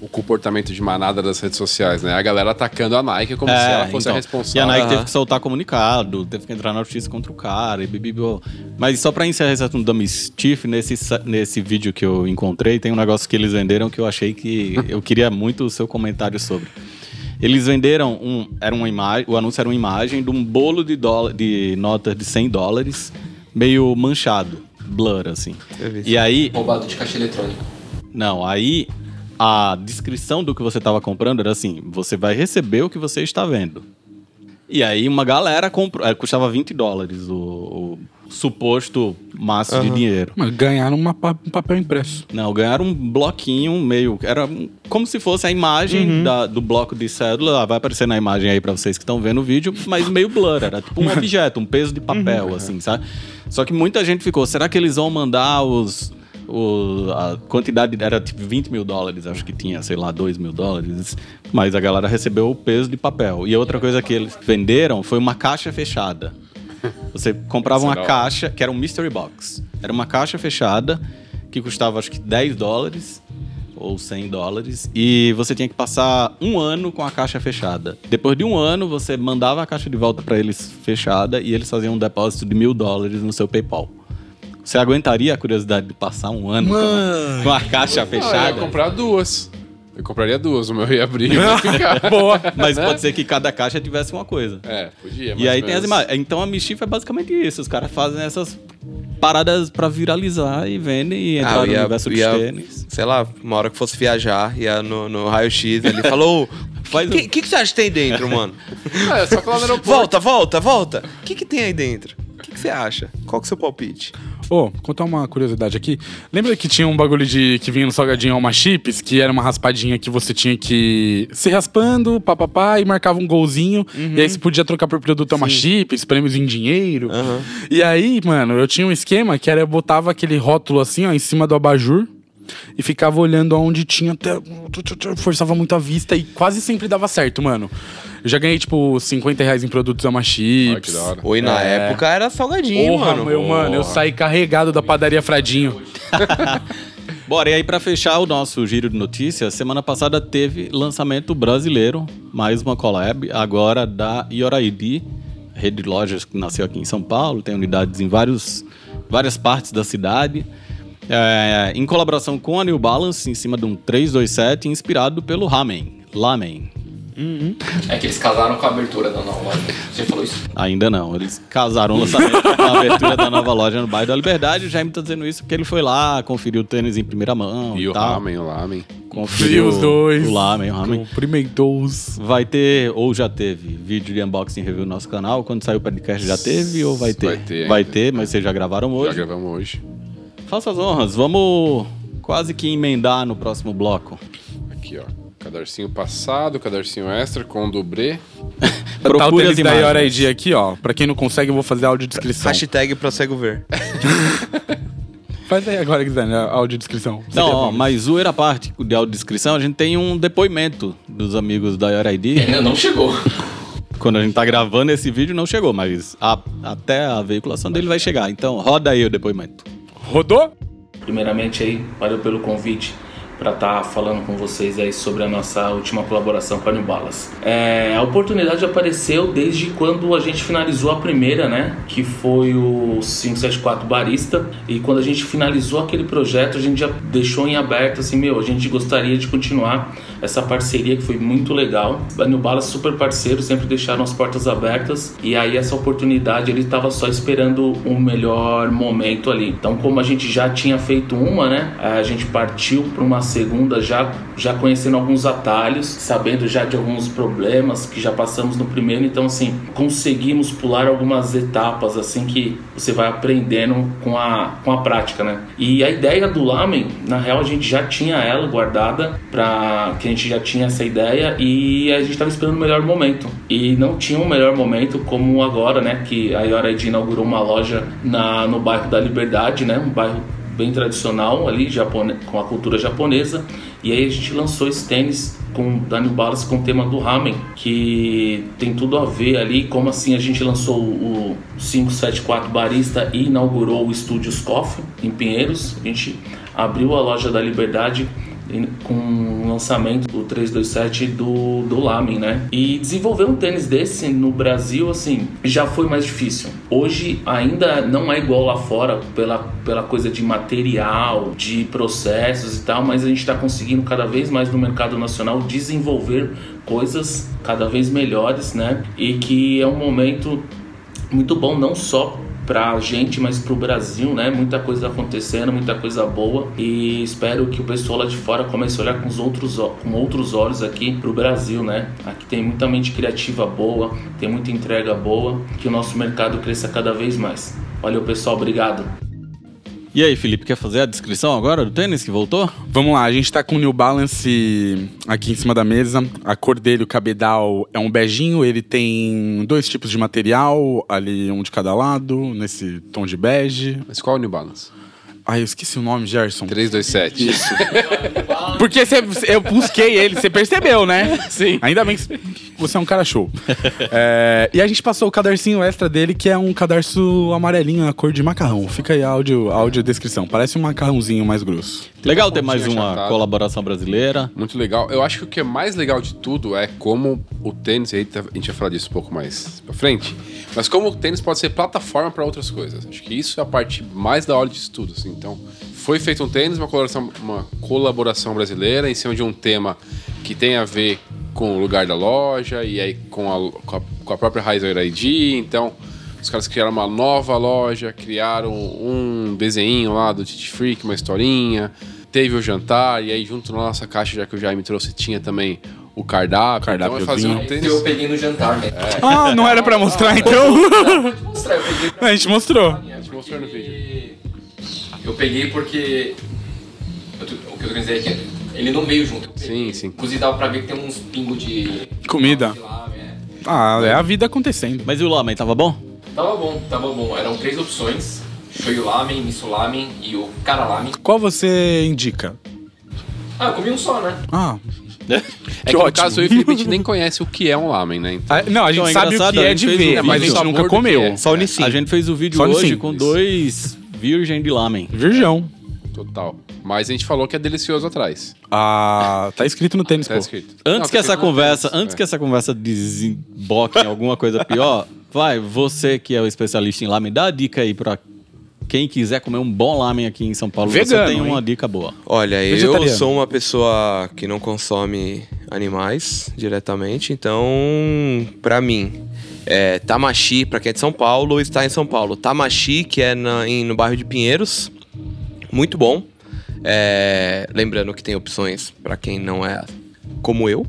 o comportamento de manada das redes sociais, né? A galera atacando a Nike como se ela fosse então. a E a responsável. Nike Aham. teve que soltar comunicado, teve que entrar na justiça contra o cara e bibibio. Mas só pra encerrar esse assunto da Mischief, nesse, sa- nesse vídeo que eu encontrei, tem um negócio que eles venderam que eu achei [LAUGHS] que eu queria muito o seu comentário sobre. Eles venderam um, era uma imagem, o anúncio era uma imagem de um bolo de, dólar, de notas de 100 dólares, meio manchado, blur assim. Eu vi isso. E aí Roubado de caixa eletrônico. não, aí a descrição do que você estava comprando era assim: você vai receber o que você está vendo. E aí uma galera comprou. eh, Custava 20 dólares o, o suposto maço de dinheiro. Mas ganharam uma pa- um papel impresso. Não, ganharam um bloquinho meio. Era um- como se fosse a imagem da- do bloco de cédula. Ah, Vai aparecer na imagem aí pra vocês que estão vendo o vídeo, mas meio blur. Era tipo um objeto, um peso de papel, assim, sabe? Só que muita gente ficou. Será que eles vão mandar os. o- a quantidade era tipo 20 mil dólares, acho que tinha, sei lá, 2 mil dólares. Mas a galera recebeu o peso de papel. E outra coisa que eles venderam foi uma caixa fechada. Você comprava Isso é uma da hora. caixa, que era um mystery box. Era uma caixa fechada, que custava acho que 10 dólares ou 100 dólares. E você tinha que passar um ano com a caixa fechada. Depois de um ano, você mandava a caixa de volta para eles fechada e eles faziam um depósito de mil dólares no seu PayPal. Você aguentaria a curiosidade de passar um ano com a- com a caixa Ah, eu ia fechada? comprar duas. Eu compraria duas, o meu ia [LAUGHS] abrir e ia ficar. [LAUGHS] Né? Boa. Mas pode ser que cada caixa tivesse uma coisa. É, podia, E mais aí ou tem as menos. imagens. Então a Mischief é basicamente isso. Os caras fazem essas paradas pra viralizar e vendem Ah, e entrar Ah, eu no ia- universo dos ia- tênis. Sei lá, uma hora que fosse viajar, ia no, no raio-x ele falou: O Faz um que, que, que você acha que tem dentro, [LAUGHS] mano? Ah, é só que lá no aeroporto. volta, volta, volta! O que, que tem aí dentro? O que, que você acha? Qual que é o seu palpite? Ô, contar uma curiosidade aqui. Lembra que tinha um bagulho de que vinha no salgadinho Alma Chips, que era uma raspadinha que você tinha que se raspando, papapá, e marcava um golzinho. E Uhum. aí você podia trocar por produto Alma Chips, prêmios em dinheiro. E aí, mano, eu tinha um esquema que era eu botava aquele rótulo assim, ó, em cima do abajur. E ficava olhando aonde tinha até. Forçava muito a vista e quase sempre dava certo, mano. Eu já ganhei, tipo, 50 reais em produtos Alma Chips. Olha que da hora. Oi, na É. época era salgadinho, Porra, mano. meu, mano, eu saí carregado da padaria Fradinho. Bora, e aí pra fechar o nosso giro de notícias, semana passada teve lançamento brasileiro, mais uma collab, agora da Ioraidi, rede de lojas que nasceu aqui em São Paulo, tem unidades em vários, várias partes da cidade. É, em colaboração com a New Balance, em cima de um 327, inspirado pelo Ramen. Lamen, É que eles casaram com a abertura da nova loja. Você falou isso? Ainda não. Eles casaram o lançamento na abertura da nova loja no bairro da Liberdade. O Jaime tá dizendo isso porque ele foi lá, conferiu o tênis em primeira mão e, E o tal. ramen, o ramen. conferir Vi os dois. O lá, meio ramen. Cumprimentou-os. Vai ter, ou já teve, vídeo de unboxing e review no nosso canal. Quando sair o podcast já teve, ou vai ter? Vai ter ainda. mas vocês já gravaram Já hoje. gravamos hoje. Faça as honras, vamos quase que emendar no próximo bloco. Tá Aqui, ó. Cadarcinho passado, cadarcinho extra com dobrê. Tá o Procure as tênis da imagens. Iora ID aqui, ó. Pra quem não consegue, eu vou fazer a audiodescrição. Hashtag pra cego ver. Faz aí agora, Guilherme, a audiodescrição. Você Não, quer ó, ver? mas zoeira à parte de audiodescrição, a gente tem um depoimento dos amigos da Iora ID. Ainda não chegou. Quando a gente tá gravando esse vídeo, não chegou, mas a- até a veiculação dele vai chegar. Então, roda aí o depoimento. Rodou? Primeiramente aí, valeu pelo convite para estar falando com vocês aí sobre a nossa última colaboração com a New Balance. É, a oportunidade apareceu desde quando a gente finalizou a primeira, né? Que foi o 574 Barista. E quando a gente finalizou aquele projeto, a gente já deixou em aberto assim, meu, a gente gostaria de continuar essa parceria que foi muito legal. A New Balance super parceiro, sempre deixaram as portas abertas. E aí essa oportunidade ele estava só esperando o melhor momento ali. Então, como a gente já tinha feito uma, né? A gente partiu para uma segunda já já conhecendo alguns atalhos, sabendo já de alguns problemas que já passamos no primeiro, então assim, conseguimos pular algumas etapas assim que você vai aprendendo com a com a prática, né? E a ideia do lamen, na real a gente já tinha ela guardada para que a gente já tinha essa ideia e a gente estava esperando o melhor momento. E não tinha um melhor momento como agora, né, que a Iora ID inaugurou uma loja na no bairro da Liberdade, né? Um bairro bem tradicional ali, japone- com a cultura japonesa. E aí a gente lançou esse tênis com Daniel Balas com o tema do ramen, que tem tudo a ver ali, como assim a gente lançou o 574 Barista e inaugurou o Estúdios Coffee em Pinheiros. A gente abriu a loja da Liberdade e- com o lançamento do 327 do, do Lamin, né? E desenvolver um tênis desse no Brasil, assim, já foi mais difícil. Hoje ainda não é igual lá fora pela, pela coisa de material, de processos e tal, mas a gente está conseguindo cada vez mais no mercado nacional desenvolver coisas cada vez melhores, né? E que é um momento muito bom não só pra gente, mas pro Brasil, né? Muita coisa acontecendo, muita coisa boa e espero que o pessoal lá de fora comece a olhar com os outros ó- com outros olhos aqui pro Brasil, né? Aqui tem muita mente criativa boa, tem muita entrega boa, que o nosso mercado cresça cada vez mais. Valeu, pessoal, obrigado. E aí, Felipe, quer fazer a descrição agora do tênis que voltou? Vamos lá, a gente tá com o New Balance aqui em cima da mesa. A cor dele, o cabedal, é um beijinho. Ele tem dois tipos de material, ali um de cada lado, nesse tom de bege. Mas qual é o New Balance? Ai, eu esqueci o nome, Gerson. 327. Porque cê- eu busquei ele, você percebeu, né? Sim. Ainda bem que você é um cara show. É, e a gente passou o cadarcinho extra dele, que é um cadarço amarelinho, a cor de macarrão. Fica aí a áudio, a audiodescrição. Parece um macarrãozinho mais grosso. Legal ter pontinha mais uma achatada. colaboração brasileira. Muito legal. Eu acho que o que é mais legal de tudo é como o tênis, aí tá- a gente vai falar disso um pouco mais pra frente, mas como o tênis pode ser plataforma para outras coisas. Acho que isso é a parte mais da hora disso tudo. assim. Então, foi feito um tênis, uma colaboração, uma colaboração brasileira em cima de um tema que tem a ver com o lugar da loja e aí com a, com a, com a própria raiz da ID. Então, os caras criaram uma nova loja, criaram um desenho lá do Titi Freak, uma historinha. Teve o jantar, e aí junto na nossa caixa, já que o Jaime trouxe, tinha também o cardápio. Então é fazer um Cardápiozinho. tênis. Eu peguei no jantar, né? É. Ah, não era pra mostrar então? [LAUGHS] Vou te mostrar, eu peguei pra A gente mostrou. mim, gente mostrou no porque- Eu peguei porque. eu tô- o que eu tô querendo dizer é que ele não veio junto. eu peguei. Sim, sim. Tá. Inclusive dava pra ver que tem uns pingos de. Comida. de lá, né? Ah, é a vida acontecendo. Mas e o Lamen, tava bom? Tava bom, tava bom. Eram três opções: Shoyu Lamen, Miso Lamen e o Kara Lamen. Qual você indica? Ah, eu comi um só, né? Ah. É que, no caso eu e o Felipe a gente nem conhece o que é um lamen, né? Então, Ah, Não, a Então, gente é sabe o engraçado, que é a gente de fez ver, um mas a vídeo. gente Sabor nunca do que comeu. é. Só o Nissin. A gente fez o vídeo Só no hoje sim. com Isso. dois virgem de Lamen. Virgão. total. Mas a gente falou que é delicioso atrás. Ah, tá escrito no tênis, Tá pô. escrito. Antes Não, que tá essa escrito no conversa, tênis. antes É. que essa conversa desemboque em alguma coisa pior, vai, você que é o especialista em lamen, dá a dica aí pra quem quiser comer um bom lamen aqui em São Paulo. Vegano, você tem uma hein? dica boa. Olha, eu Vegetariano. sou uma pessoa que não consome animais diretamente, então, pra mim, é Tamashi, pra quem é de São Paulo, está em São Paulo. Tamashi, que é na- em- no bairro de Pinheiros, muito bom. É, lembrando que tem opções pra quem não é como eu.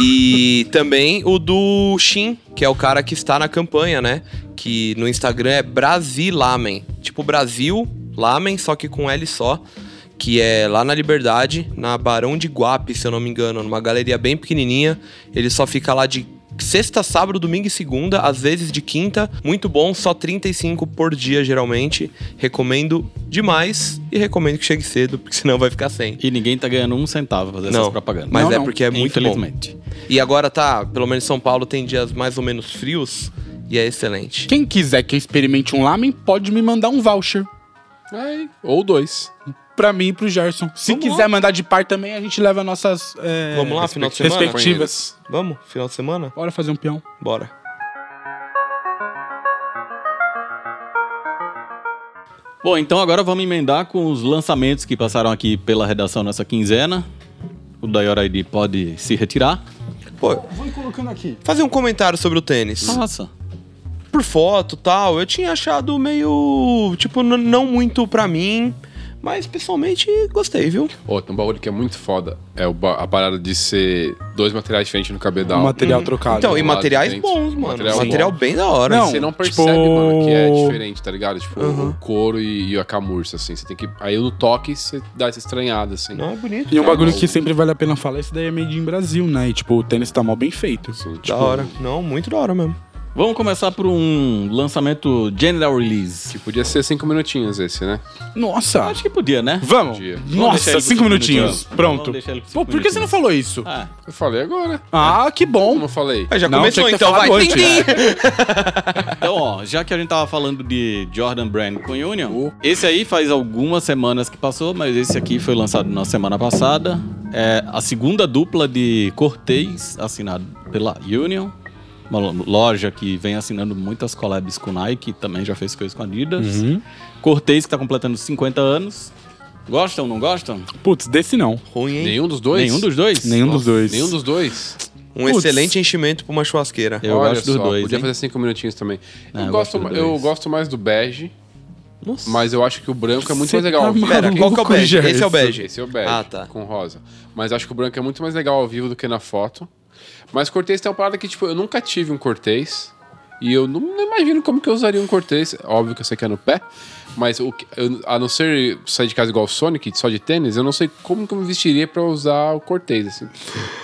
e também o do Shin, que é o cara que está na campanha, né? Que no Instagram é Brasilamen. Tipo Brasil Lamen, só que com L só. Que é lá na Liberdade, na Barão de Guape, se eu não me engano, numa galeria bem pequenininha. Ele só fica lá de sexta, sábado, domingo e segunda, às vezes de quinta. Muito bom, só 35 por dia geralmente. Recomendo demais e recomendo que chegue cedo, porque senão vai ficar sem. E ninguém tá ganhando um centavo pra fazer Não, essas propagandas. mas Não, é não. porque é muito bom. Infelizmente. E agora tá, pelo menos São Paulo tem dias mais ou menos frios e é excelente. Quem quiser que eu experimente um lamen, pode me mandar um voucher. Ai, ou dois. Pra mim e pro Gerson. Se Vamos quiser mandar de par também, a gente leva nossas é, Vamos lá, final de semana? respectivas. Vamos? Final de semana? Bora fazer um peão. Bora. Bom, então agora vamos emendar com os lançamentos que passaram aqui pela redação nessa quinzena. O Daiora ID pode se retirar. Pô, Vou colocando aqui. fazer um comentário sobre o tênis. Nossa. por foto tal, eu tinha achado meio, tipo, n- não muito pra mim, mas pessoalmente gostei, viu? Outro, um bagulho que é muito foda é o ba- a parada de ser dois materiais diferentes no cabedal. Um material trocado. então, lado de e materiais dentro. bons, mano. Material Material, bom. bem da hora. Não. Sim. Você não tipo- percebe, mano, que é diferente, tá ligado? Tipo, o couro e, e a camurça, assim. Você tem que. Aí no toque você dá essa estranhada, assim. Não, é bonito. E um bagulho que sempre vale a pena falar, esse daí é made in Brasil, né? E tipo, o tênis tá mal bem feito. Assim, Da tipo, hora. Não, muito da hora mesmo. Vamos começar por um lançamento general release. Que podia ser cinco minutinhos esse, né? Nossa! Acho que podia, né? Vamos! Dia. Vamos deixar ele por Nossa, cinco cinco minutinhos. minutinhos. Pronto. Vamos deixar ele por Pô, cinco por que você não falou isso? Ah, Eu falei agora. Ah, que bom! Como eu falei. Mas já Não, começou, tinha que ter então vai. falado antes. né? Tim, tim. Então, ó, já que a gente tava falando de Jordan Brand com Union, esse aí faz algumas semanas que passou, mas esse aqui foi lançado na semana passada. É a segunda dupla de Cortez, assinado pela Union. Uma lo- loja que vem assinando muitas collabs com Nike, também já fez coisas com Adidas. Uhum. Cortez, que tá completando 50 anos. Gostam, não gostam? Putz, desse não. Ruim, hein? Nenhum dos dois? Nenhum dos dois? Nenhum dos dois. Nenhum dos dois? Um Putz. excelente enchimento pra uma churrasqueira. Eu Olha gosto dos só, dois. Podia hein? fazer cinco minutinhos também. Não, eu, eu gosto, gosto dos eu dois. gosto mais do bege, mas eu acho que o branco é muito Você mais legal. tá ao vivo. maluco, Pera, qual que é o bege? Gerson? Esse é o bege. Esse é o bege, Ah, tá. com rosa. Mas acho que o branco é muito mais legal ao vivo do que na foto. Mas cortês tem uma parada que, tipo, eu nunca tive um cortês. E eu não, não imagino como que eu usaria um cortês. Óbvio que eu sei que é no pé. Mas o que- eu- a não ser sair de casa igual o Sonic, só de tênis, eu não sei como que eu me vestiria pra usar o cortês, assim.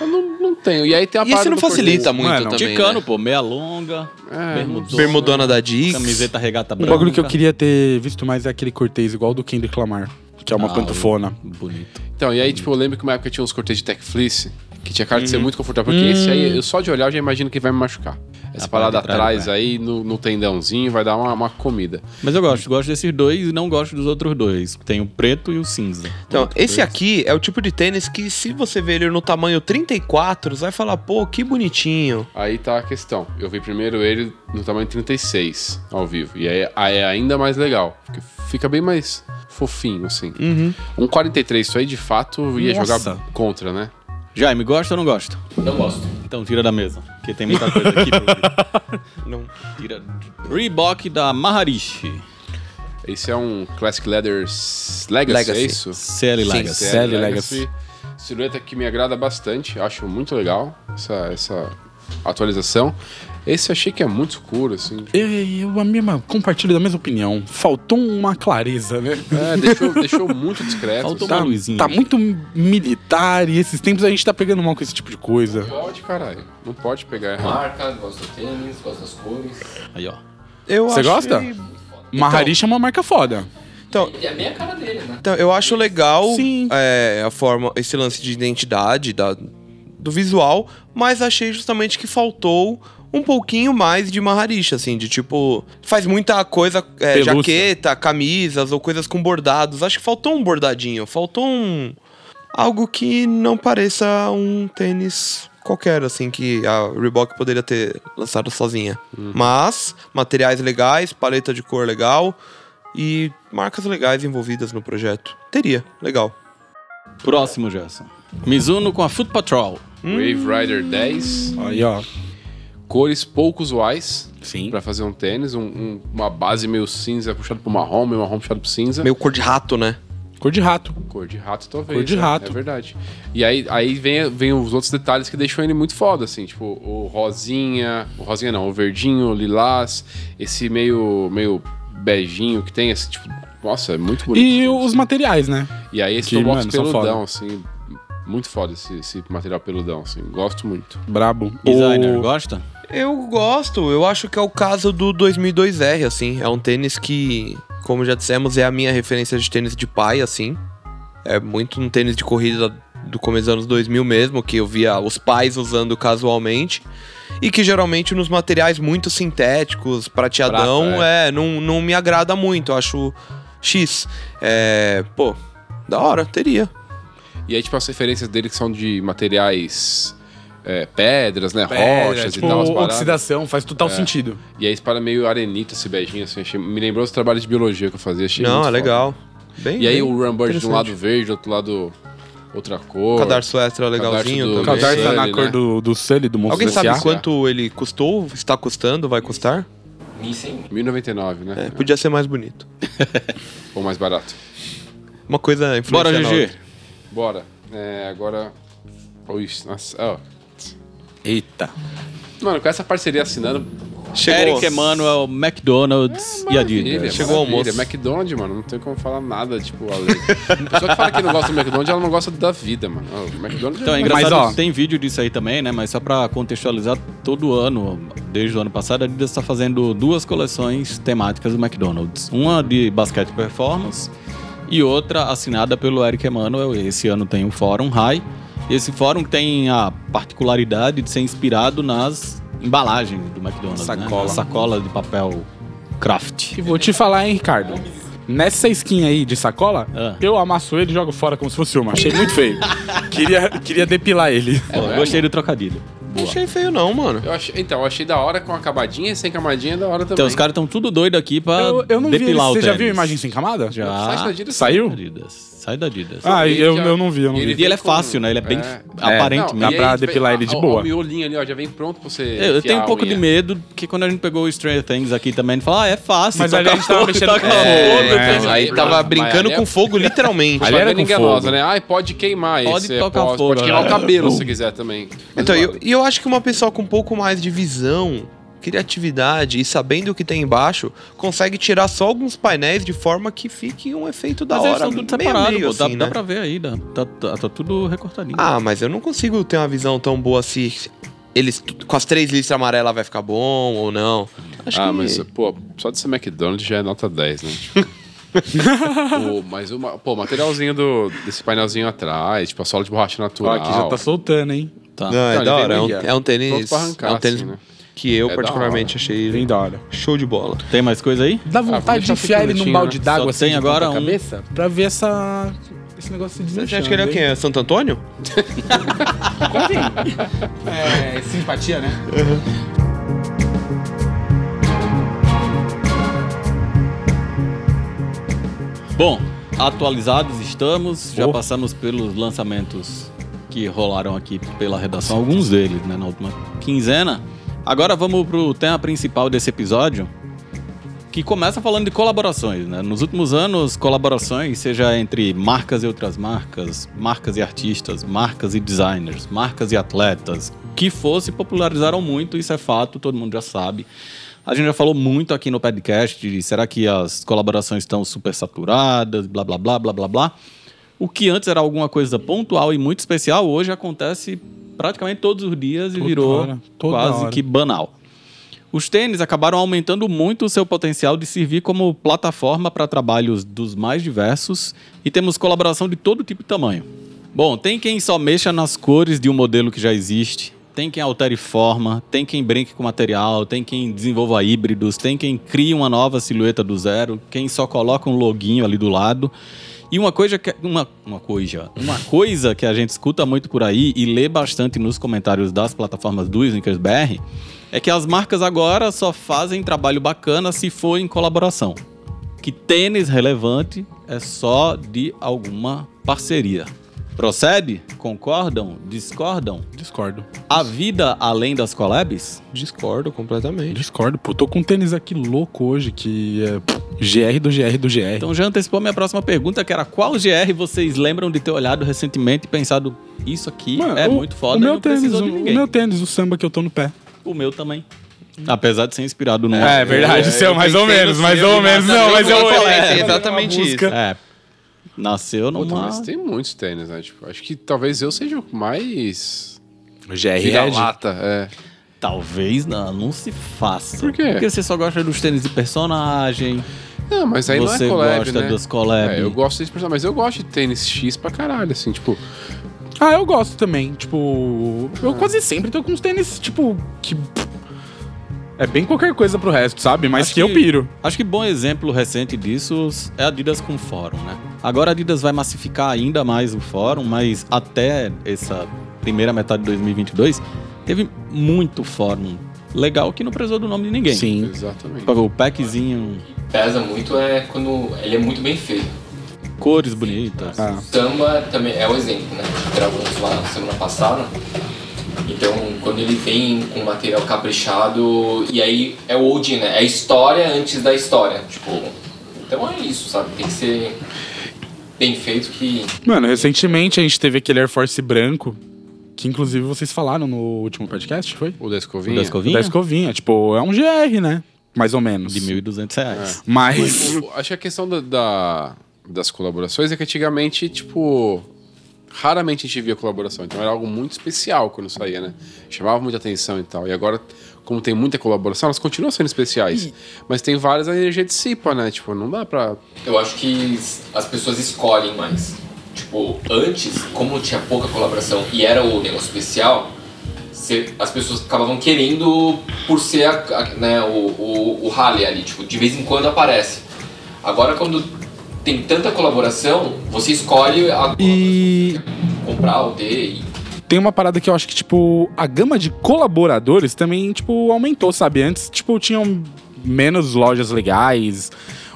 Eu não, não tenho. E aí tem a E parada esse não do Cortez. facilita muito Mano, também, Ticano, né? pô, meia longa, É, bermudona, Bermudona da Dix. camiseta regata Um branca. bagulho que eu queria ter visto mais é aquele cortês igual do Kendrick Lamar, que é uma Ah, pantufona. Bonito. Então, e aí, tipo, eu lembro que uma época tinha uns cortes de tech fleece, que tinha cara de ser Uhum. muito confortável, porque esse aí, eu só de olhar, eu já imagino que vai me machucar. Essa A parada parte de trás, atrás né? aí, no, no tendãozinho, vai dar uma, uma comida. Mas eu gosto, gosto desses dois e não gosto dos outros dois. Tem o preto e o cinza. Então, Outro esse dois. aqui é o tipo de tênis que se você ver ele no tamanho 34, você vai falar, pô, que bonitinho. Aí tá a questão. Eu vi primeiro ele no tamanho 36, ao vivo. E aí, aí é ainda mais legal, porque fica bem mais fofinho, assim. Uhum. Um 43, isso aí, de fato, ia Nossa. jogar contra, né? Jaime, gosta ou não gosta? Não gosto. Então tira da mesa, porque tem muita coisa aqui. pra Não. ver. tira. [LAUGHS] Reebok da Maharishi. Esse é um Classic Leather S- Legacy, Legacy. é isso? CL Legacy. CL Legacy. Silhueta que me agrada bastante, acho muito legal essa, essa atualização. Esse eu achei que é muito escuro, assim. Eu, eu a mesma, compartilho da mesma opinião. Faltou uma clareza, né? É, deixou, deixou muito discreto. Faltou assim. uma luzinha. Tá muito militar e esses tempos a gente tá pegando mal com esse tipo de coisa. Não pode, caralho. Não pode pegar Ah. errado. Marca, gosto do tênis, gosto das cores. Aí, ó. Eu Você achei- gosta? Maharishi é uma marca foda. E é bem a cara dele, né? Então, eu acho legal Sim. é, a forma, esse lance de identidade da, do visual, mas achei justamente que faltou um pouquinho mais de Maharishi, assim, de tipo, faz muita coisa, é, Pelúcia. jaqueta, camisas ou coisas com bordados. Acho que faltou um bordadinho, faltou um. algo que não pareça um tênis qualquer, assim, que a Reebok poderia ter lançado sozinha. Mas, materiais legais, paleta de cor legal e marcas legais envolvidas no projeto. Teria, legal. Próximo, Gerson. Mizuno com a Foot Patrol. Wave Rider 10, Aí, ó. cores pouco usuais Sim. pra fazer um tênis. um- um- uma base meio cinza puxado pro marrom, meio marrom puxado pro cinza. Meio cor de rato, né? Cor de rato. Cor de rato, talvez. Cor de é, rato. É verdade. E aí, aí vem, vem os outros detalhes que deixam ele muito foda, assim. Tipo, o rosinha... O rosinha não, o verdinho, o lilás. Esse meio, meio beijinho que tem, assim, tipo... Nossa, é muito bonito. E os materiais, né? E aí esse que, Tobox mano, são peludão, assim... Muito foda esse, esse material peludão, assim. Gosto muito. Brabo. Designer, O- gosta? Eu gosto, eu acho que é o caso do 2002R, assim. É um tênis que, como já dissemos, é a minha referência de tênis de pai, assim. É muito um tênis de corrida do começo dos anos 2000 mesmo, que eu via os pais usando casualmente. E que geralmente nos materiais muito sintéticos, prateadão, Prata, é, não, não me agrada muito. Eu acho X. É, pô, da hora, teria. E aí, tipo, as referências dele que são de materiais... é, pedras, né? Pedra, rochas tipo, e tal. umas paradas. oxidação, faz total sentido. E aí esse para meio arenito, esse beijinho, assim, achei- me lembrou os trabalhos de biologia que eu fazia, achei não, muito é foda. legal. Bem, E aí bem o Rumbird de um interessante. lado verde, do outro lado outra cor. Cadarço extra legalzinho do- O também. cadarço tá na Sully, cor né? do, do Sully, do monstro Alguém S.A. sabe quanto ele custou? Está custando? Vai custar? Me sem. 1099, né? É, podia ser mais bonito. Ou mais barato. Uma coisa Bora, influencia na GG. outra. Bora. É, agora... Ui, nossa, ó. Eita. Mano, com essa parceria assinando... Chegou. Ah, Eric Emanuel, McDonald's e Adidas. Chegou Chegou o o almoço. almoço. é McDonald's, mano, não tem como falar nada, tipo... além. A pessoa que fala que não gosta do McDonald's, ela não gosta da vida, mano. Ó, O McDonald's Então, é é engraçado, Mas, ó- tem vídeo disso aí também, né? Mas só pra contextualizar, todo ano, desde o ano passado, a Adidas tá fazendo duas coleções temáticas do McDonald's. Uma de basquete performance e outra assinada pelo Eric Emanuel. Esse ano tem o Fórum High. E esse fórum tem a particularidade de ser inspirado nas embalagens do McDonald's, né? Sacola. Na sacola de papel craft. E vou te falar, hein, Ricardo. Nessa skin aí de sacola, Ah. eu amasso ele e jogo fora como se fosse uma. Achei muito feio. queria, queria depilar ele. Pô, mesmo? gostei do trocadilho. Não achei feio não, mano. Eu achei, então, eu achei da hora com a acabadinha e sem camadinha, é da hora também. Então, os caras estão tudo doido aqui pra Eu, eu não vi ele. depilar o Você já tênis. viu a imagem sem camada? Já. Sai da Adidas. Saiu? Adidas. Sai da Adidas. Ah, Ele eu, já- eu não vi, eu não ele vi. E ele é com- fácil, né? Ele é bem É. aparente Não, mesmo. Dá e pra aí, tipo, depilar ele é de ó, boa. ó, O miolinho ali, ó, já vem pronto pra você. Eu, eu enfiar tenho um a pouco unha. de é. medo, porque quando a gente pegou o Stranger Things aqui também, a gente falou, ah, é fácil. Mas toca ali a gente tava fogo, mexendo toca com- É, fogo, é, fez- Aí tava brincando Mas ali é- [LAUGHS] com fogo, literalmente. Aí era com enganosa, um fogo. né? Ai, pode queimar Pode esse. tocar pode, fogo, pode queimar né? o cabelo se quiser também. Então, eu- e eu, acho que uma pessoa com um pouco mais de visão, criatividade e sabendo o que tem embaixo, consegue tirar só alguns painéis de forma que fique um efeito da Mas eles hora. estão tudo meio a separado, meio, pô. Dá, assim, dá né? pra ver aí, dá, tá, tá- tá tudo recortadinho. Ah, mas eu não consigo ter uma visão tão boa assim. Eles, com as três listas amarelas vai ficar bom ou não. Acho ah, que... mas, pô, só de ser McDonald's já é nota 10, né? [LAUGHS] Pô, mas uma, pô, o materialzinho do, desse painelzinho atrás, tipo a sola de borracha Ó, natural. aqui já tá soltando, hein? tá. Não, é Então, da ele hora. É vem um, meio- é um pronto tênis. pra arrancar, é um tênis assim, né? que eu É da particularmente Bem achei da hora. Ah, show de bola. Tem mais coisa aí? Dá vontade de deixar enfiar ele num picantinho, balde né? Só d'água assim tem de agora ponta um- cabeça pra ver essa esse negócio se Você desenchando. acha que ele é o quê? É Santo Antônio? É simpatia, né? Bom, atualizados estamos, já Oh. passamos pelos lançamentos que rolaram aqui pela redação, alguns deles, né, na última quinzena. Agora vamos pro tema principal desse episódio, que começa falando de colaborações, né? Nos últimos anos, colaborações, seja entre marcas e outras marcas, marcas e artistas, marcas e designers, marcas e atletas, que fosse, popularizaram muito, isso é fato, todo mundo já sabe. A gente já falou muito aqui no podcast de será que as colaborações estão super saturadas, blá blá blá blá blá blá. O que antes era alguma coisa pontual e muito especial, hoje acontece praticamente todos os dias e Toda virou hora, toda quase hora. que banal. Os tênis acabaram aumentando muito o seu potencial de servir como plataforma para trabalhos dos mais diversos e temos colaboração de todo tipo e tamanho. Bom, tem quem só mexa nas cores de um modelo que já existe, tem quem altere forma, tem quem brinque com material, tem quem desenvolva híbridos, tem quem cria uma nova silhueta do zero, quem só coloca um loguinho ali do lado. E uma coisa que uma, uma coisa, uma coisa que a gente escuta muito por aí e lê bastante nos comentários das plataformas do Snickers BR é que as marcas agora só fazem trabalho bacana se for em colaboração. Que tênis relevante é só de alguma parceria. Procede? Concordam? Discordam? Discordo. A vida além das collabs? Tipo, Discordo completamente. Discordo, pô. Tô com um tênis aqui louco hoje que é, pff, GR do GR do GR. Então já antecipou minha próxima pergunta, que era qual GR vocês lembram de ter olhado recentemente e pensado, isso aqui Mano, é o- muito foda, o e meu não tênis, precisou o, de ninguém. o meu tênis, o samba que eu tô no pé. O meu também. Apesar de ser inspirado no... É verdade, o seu eu mais ou pensei no menos, mais seu, ou menos. exatamente, Não, mas eu eu falei, olhei, é olhei pra exatamente música. É. Nasceu numa... Puta, mas tem muitos tênis, né? Tipo, acho que talvez eu seja o mais. GR Vira-lata, é. Talvez não, não se faça. Por quê? Porque você só gosta dos tênis de personagem, Não, mas aí não você é collab, gosta né? dos collab. É, eu gosto desse personagem, mas eu gosto de tênis X pra caralho, assim, tipo. Ah, eu gosto também. Tipo, eu quase sempre tô com uns tênis, tipo, que. É bem qualquer coisa pro resto, sabe? Mas Acho que, eu que- piro. Acho que bom exemplo recente disso é a Adidas com o fórum, né? Agora a Adidas vai massificar ainda mais o fórum, mas até essa primeira metade de 2022 teve muito fórum legal que não precisou do nome de ninguém. Sim. Exatamente. O packzinho, Pesa muito é quando ele é muito bem feito. cores bonitas. Ah. Samba também é o exemplo, né? Gravamos lá semana passada. Então, quando ele vem com material caprichado, e aí é o old, né? É a história antes da história. Tipo, então é isso, sabe? Tem que ser bem feito que Mano, recentemente a gente teve aquele Air Force branco, que inclusive vocês falaram no último podcast, foi? O da O escovinha. da Da escovinha? escovinha. Tipo, é um GR, né? Mais ou menos. De 1.200 Ah. reais. Mas. O- o- É, tipo, Acho que a questão da- da- das colaborações é que antigamente, tipo. Raramente a gente via colaboração, então era algo muito especial quando saía, né? Chamava muita atenção e tal. E agora, como tem muita colaboração, elas continuam sendo especiais. Mas tem várias, a energia dissipa, né? Tipo, não dá pra. Eu acho que as pessoas escolhem mais. Tipo, antes, como tinha pouca colaboração e era o negócio especial, cê- as pessoas acabavam querendo por ser a- a- né, o, o, o rally ali. Tipo, de vez em quando aparece. Agora, quando tem tanta colaboração, você escolhe a E comprar ou ter. E tem uma parada que eu acho que, tipo, a gama de colaboradores também, tipo, aumentou, sabe? Antes, tipo, tinham menos lojas legais.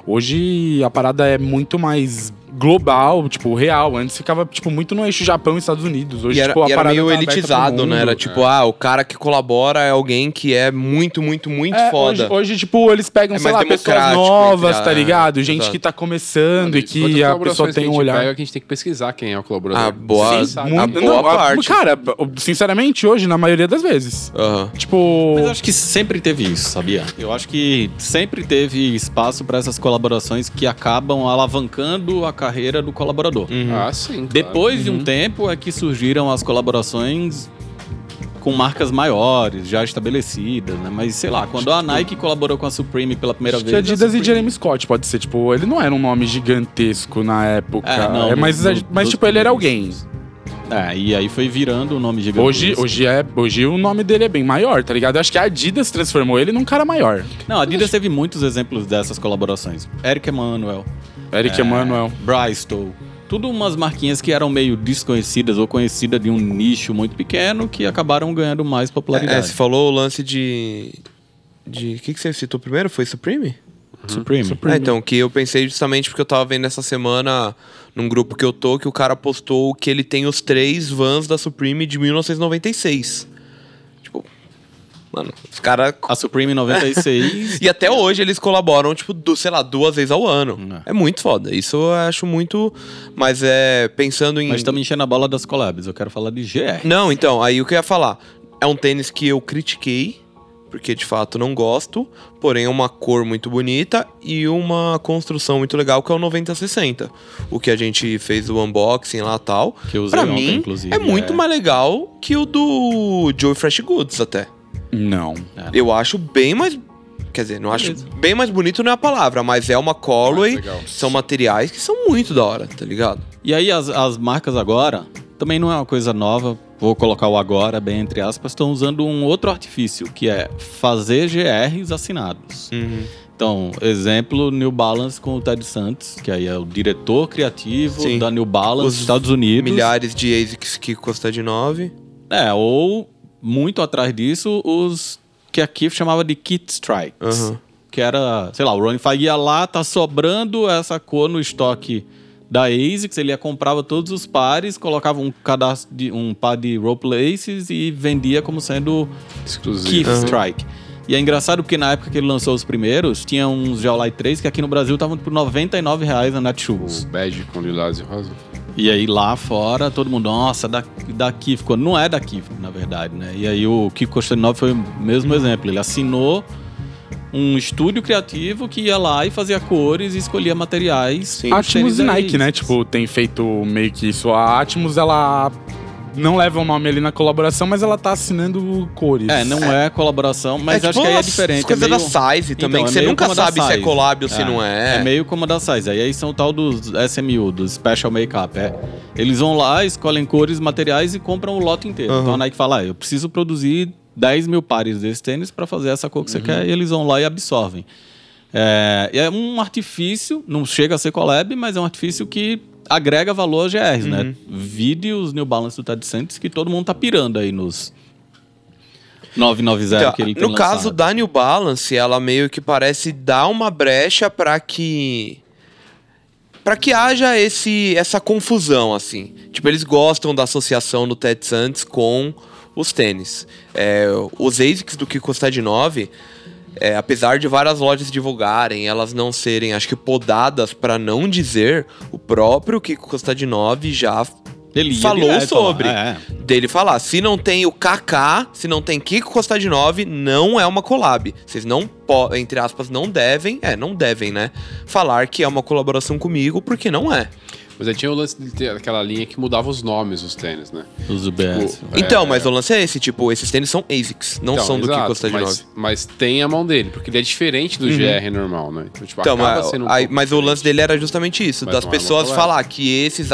Hoje a parada é muito mais global, tipo, real. Antes ficava, tipo, muito no eixo Japão e Estados Unidos. Hoje, E era, tipo, a e era parada meio tá aberta pro elitizado, né? mundo. É. Era tipo, ah, o cara que colabora é alguém que é muito, muito, muito É, foda. Hoje, hoje, tipo, eles pegam, É sei mais lá, pessoas democrático, novas, entre a- tá ligado? Gente Exato. que tá começando e Quantas que a pessoa colaborações que tem a um gente olhar. pega, que a gente tem que pesquisar quem é o colaborador. Ah, boa- Sim, sabe? a muito- boa parte. Cara, sinceramente, hoje, na maioria das vezes. Aham. Tipo. Mas eu acho que sempre teve isso, sabia? Eu acho que sempre teve espaço para essas colaborações que acabam alavancando a carreira do colaborador. Uhum. É, Ah, sim. claro. Depois Uhum. de um tempo é que surgiram as colaborações com marcas maiores, já estabelecidas, né? Mas sei lá, quando a Nike colaborou com a Supreme pela primeira Acho vez. que Adidas a e Supreme- Jeremy Scott, pode ser. Tipo, ele não era um nome gigantesco na época. É, É, não, mas, do- mas dos tipo, ele era alguém. primeiros. É, e aí foi virando o nome gigantesco. Hoje, hoje, é, hoje o nome dele é bem maior, tá ligado? Eu acho que a Adidas transformou ele num cara maior. Não, a Adidas teve muitos exemplos dessas colaborações. Eric Emanuel, É. Eric Emanuel. Bristol. Tudo umas marquinhas que eram meio desconhecidas ou conhecidas de um nicho muito pequeno que acabaram ganhando mais É, você popularidade. falou o lance de. De. O que, que você citou primeiro? Foi Supreme? Supreme. É, então, que eu pensei justamente porque eu tava vendo essa semana num grupo que eu tô, que o cara postou que ele tem os três vans da Supreme de 1996. Tipo, mano, os caras. A Supreme [LAUGHS] 96 E até hoje eles colaboram, tipo, do, sei lá, duas vezes ao ano. É muito foda. Isso eu acho muito. Mas é. Pensando em. Mas estamos enchendo a bola das collabs. Eu quero falar de GR. Não, então, aí o que eu ia falar. É um tênis que eu critiquei, porque de fato não gosto, porém é uma cor muito bonita e uma construção muito legal que é o 9060. O que a gente fez o unboxing lá tal. Que eu usei Pra ontem, mim, inclusive. é muito mais legal que o do Joe Fresh Goods até. Não. Eu acho bem mais. Quer dizer, não acho bem mais bonito não é a palavra, mas é uma Ah, Callaway. legal. são materiais que são muito da hora, tá ligado? E aí, as, as marcas agora, também não é uma coisa nova, vou colocar o agora, bem entre aspas, estão usando um outro artifício, que é fazer GRs assinados. Então, exemplo, New Balance com o Ted Santos, que aí é o diretor criativo Sim. da New Balance, Os Estados Unidos. Milhares de ASICs que custa de 9. É, ou muito atrás disso, os que aqui chamava de Kit Strikes. Aham. Que era, sei lá, o Ronnie Fag ia lá, tá sobrando essa cor no estoque da ASICS, ele ia comprava todos os pares, colocava um cadastro de um par de rope laces e vendia como sendo Exclusivo. Keith Strike. E é engraçado porque na época que ele lançou os primeiros, tinha uns Geolite 3 que aqui no Brasil estavam por R$ 99 reais na O Netshoes. Bad com Lilás e Rosa. E aí lá fora, todo mundo, nossa, da, daqui ficou. Não é daqui, na verdade, né? E aí o Kiko Kostanov foi o mesmo exemplo. Ele assinou um estúdio criativo que ia lá e fazia cores e escolhia materiais. Sim. A Atmos e Nike, né? Tipo, tem feito meio que isso. A Atmos, ela não leva o nome ali na colaboração, mas ela tá assinando cores. É, não é colaboração, mas acho que aí é as- diferente. As é tipo coisas meio- da Size também, Então, que é você meio nunca como a da sabe se é Size. collab ou se É, não é. É meio como a da Size. Aí, aí são o tal dos SMU, dos Special Makeup. É, eles vão lá, escolhem cores, materiais e compram o lote inteiro. Aham. Então a Nike fala, ah, eu preciso produzir 10 mil pares desse tênis para fazer essa cor que Uhum. você quer. E eles vão lá e absorvem. É, e é um artifício, não chega a ser collab, mas é um artifício que agrega valor a GRs, né? Uhum. Vide os New Balance do Ted Santos, que todo mundo tá pirando aí nos 990 Então, que ele tem no caso lançado. da New Balance, ela meio que parece dar uma brecha pra que Pra que haja esse essa confusão assim. Tipo, eles gostam da associação do Ted Santos com os tênis. É, os ASICs do Kiko Stadinov, é, apesar de várias lojas divulgarem, elas não serem, acho que podadas pra não dizer, o próprio Kiko Costadinov já Ele ia falou direto lá. sobre. É, é. dele falar. Se não tem o KK, se não tem Kiko Costadinov, não é uma collab. Vocês não, po- entre aspas, não devem, é, não devem, né? Falar que é uma colaboração comigo, porque não é. Mas aí tinha o lance de ter aquela linha que mudava os nomes dos tênis, né? Os UBS. Então, mas o lance é esse, tipo, esses tênis são ASICs, não Então, são do exato, Kiko Costadinov. mas, mas tem a mão dele, porque ele é diferente do GR normal, né? Então, tipo, Então, acaba mas, sendo um aí- pouco mas o diferente. lance dele era justamente isso, Mas das não é uma pessoas collab. falar que esses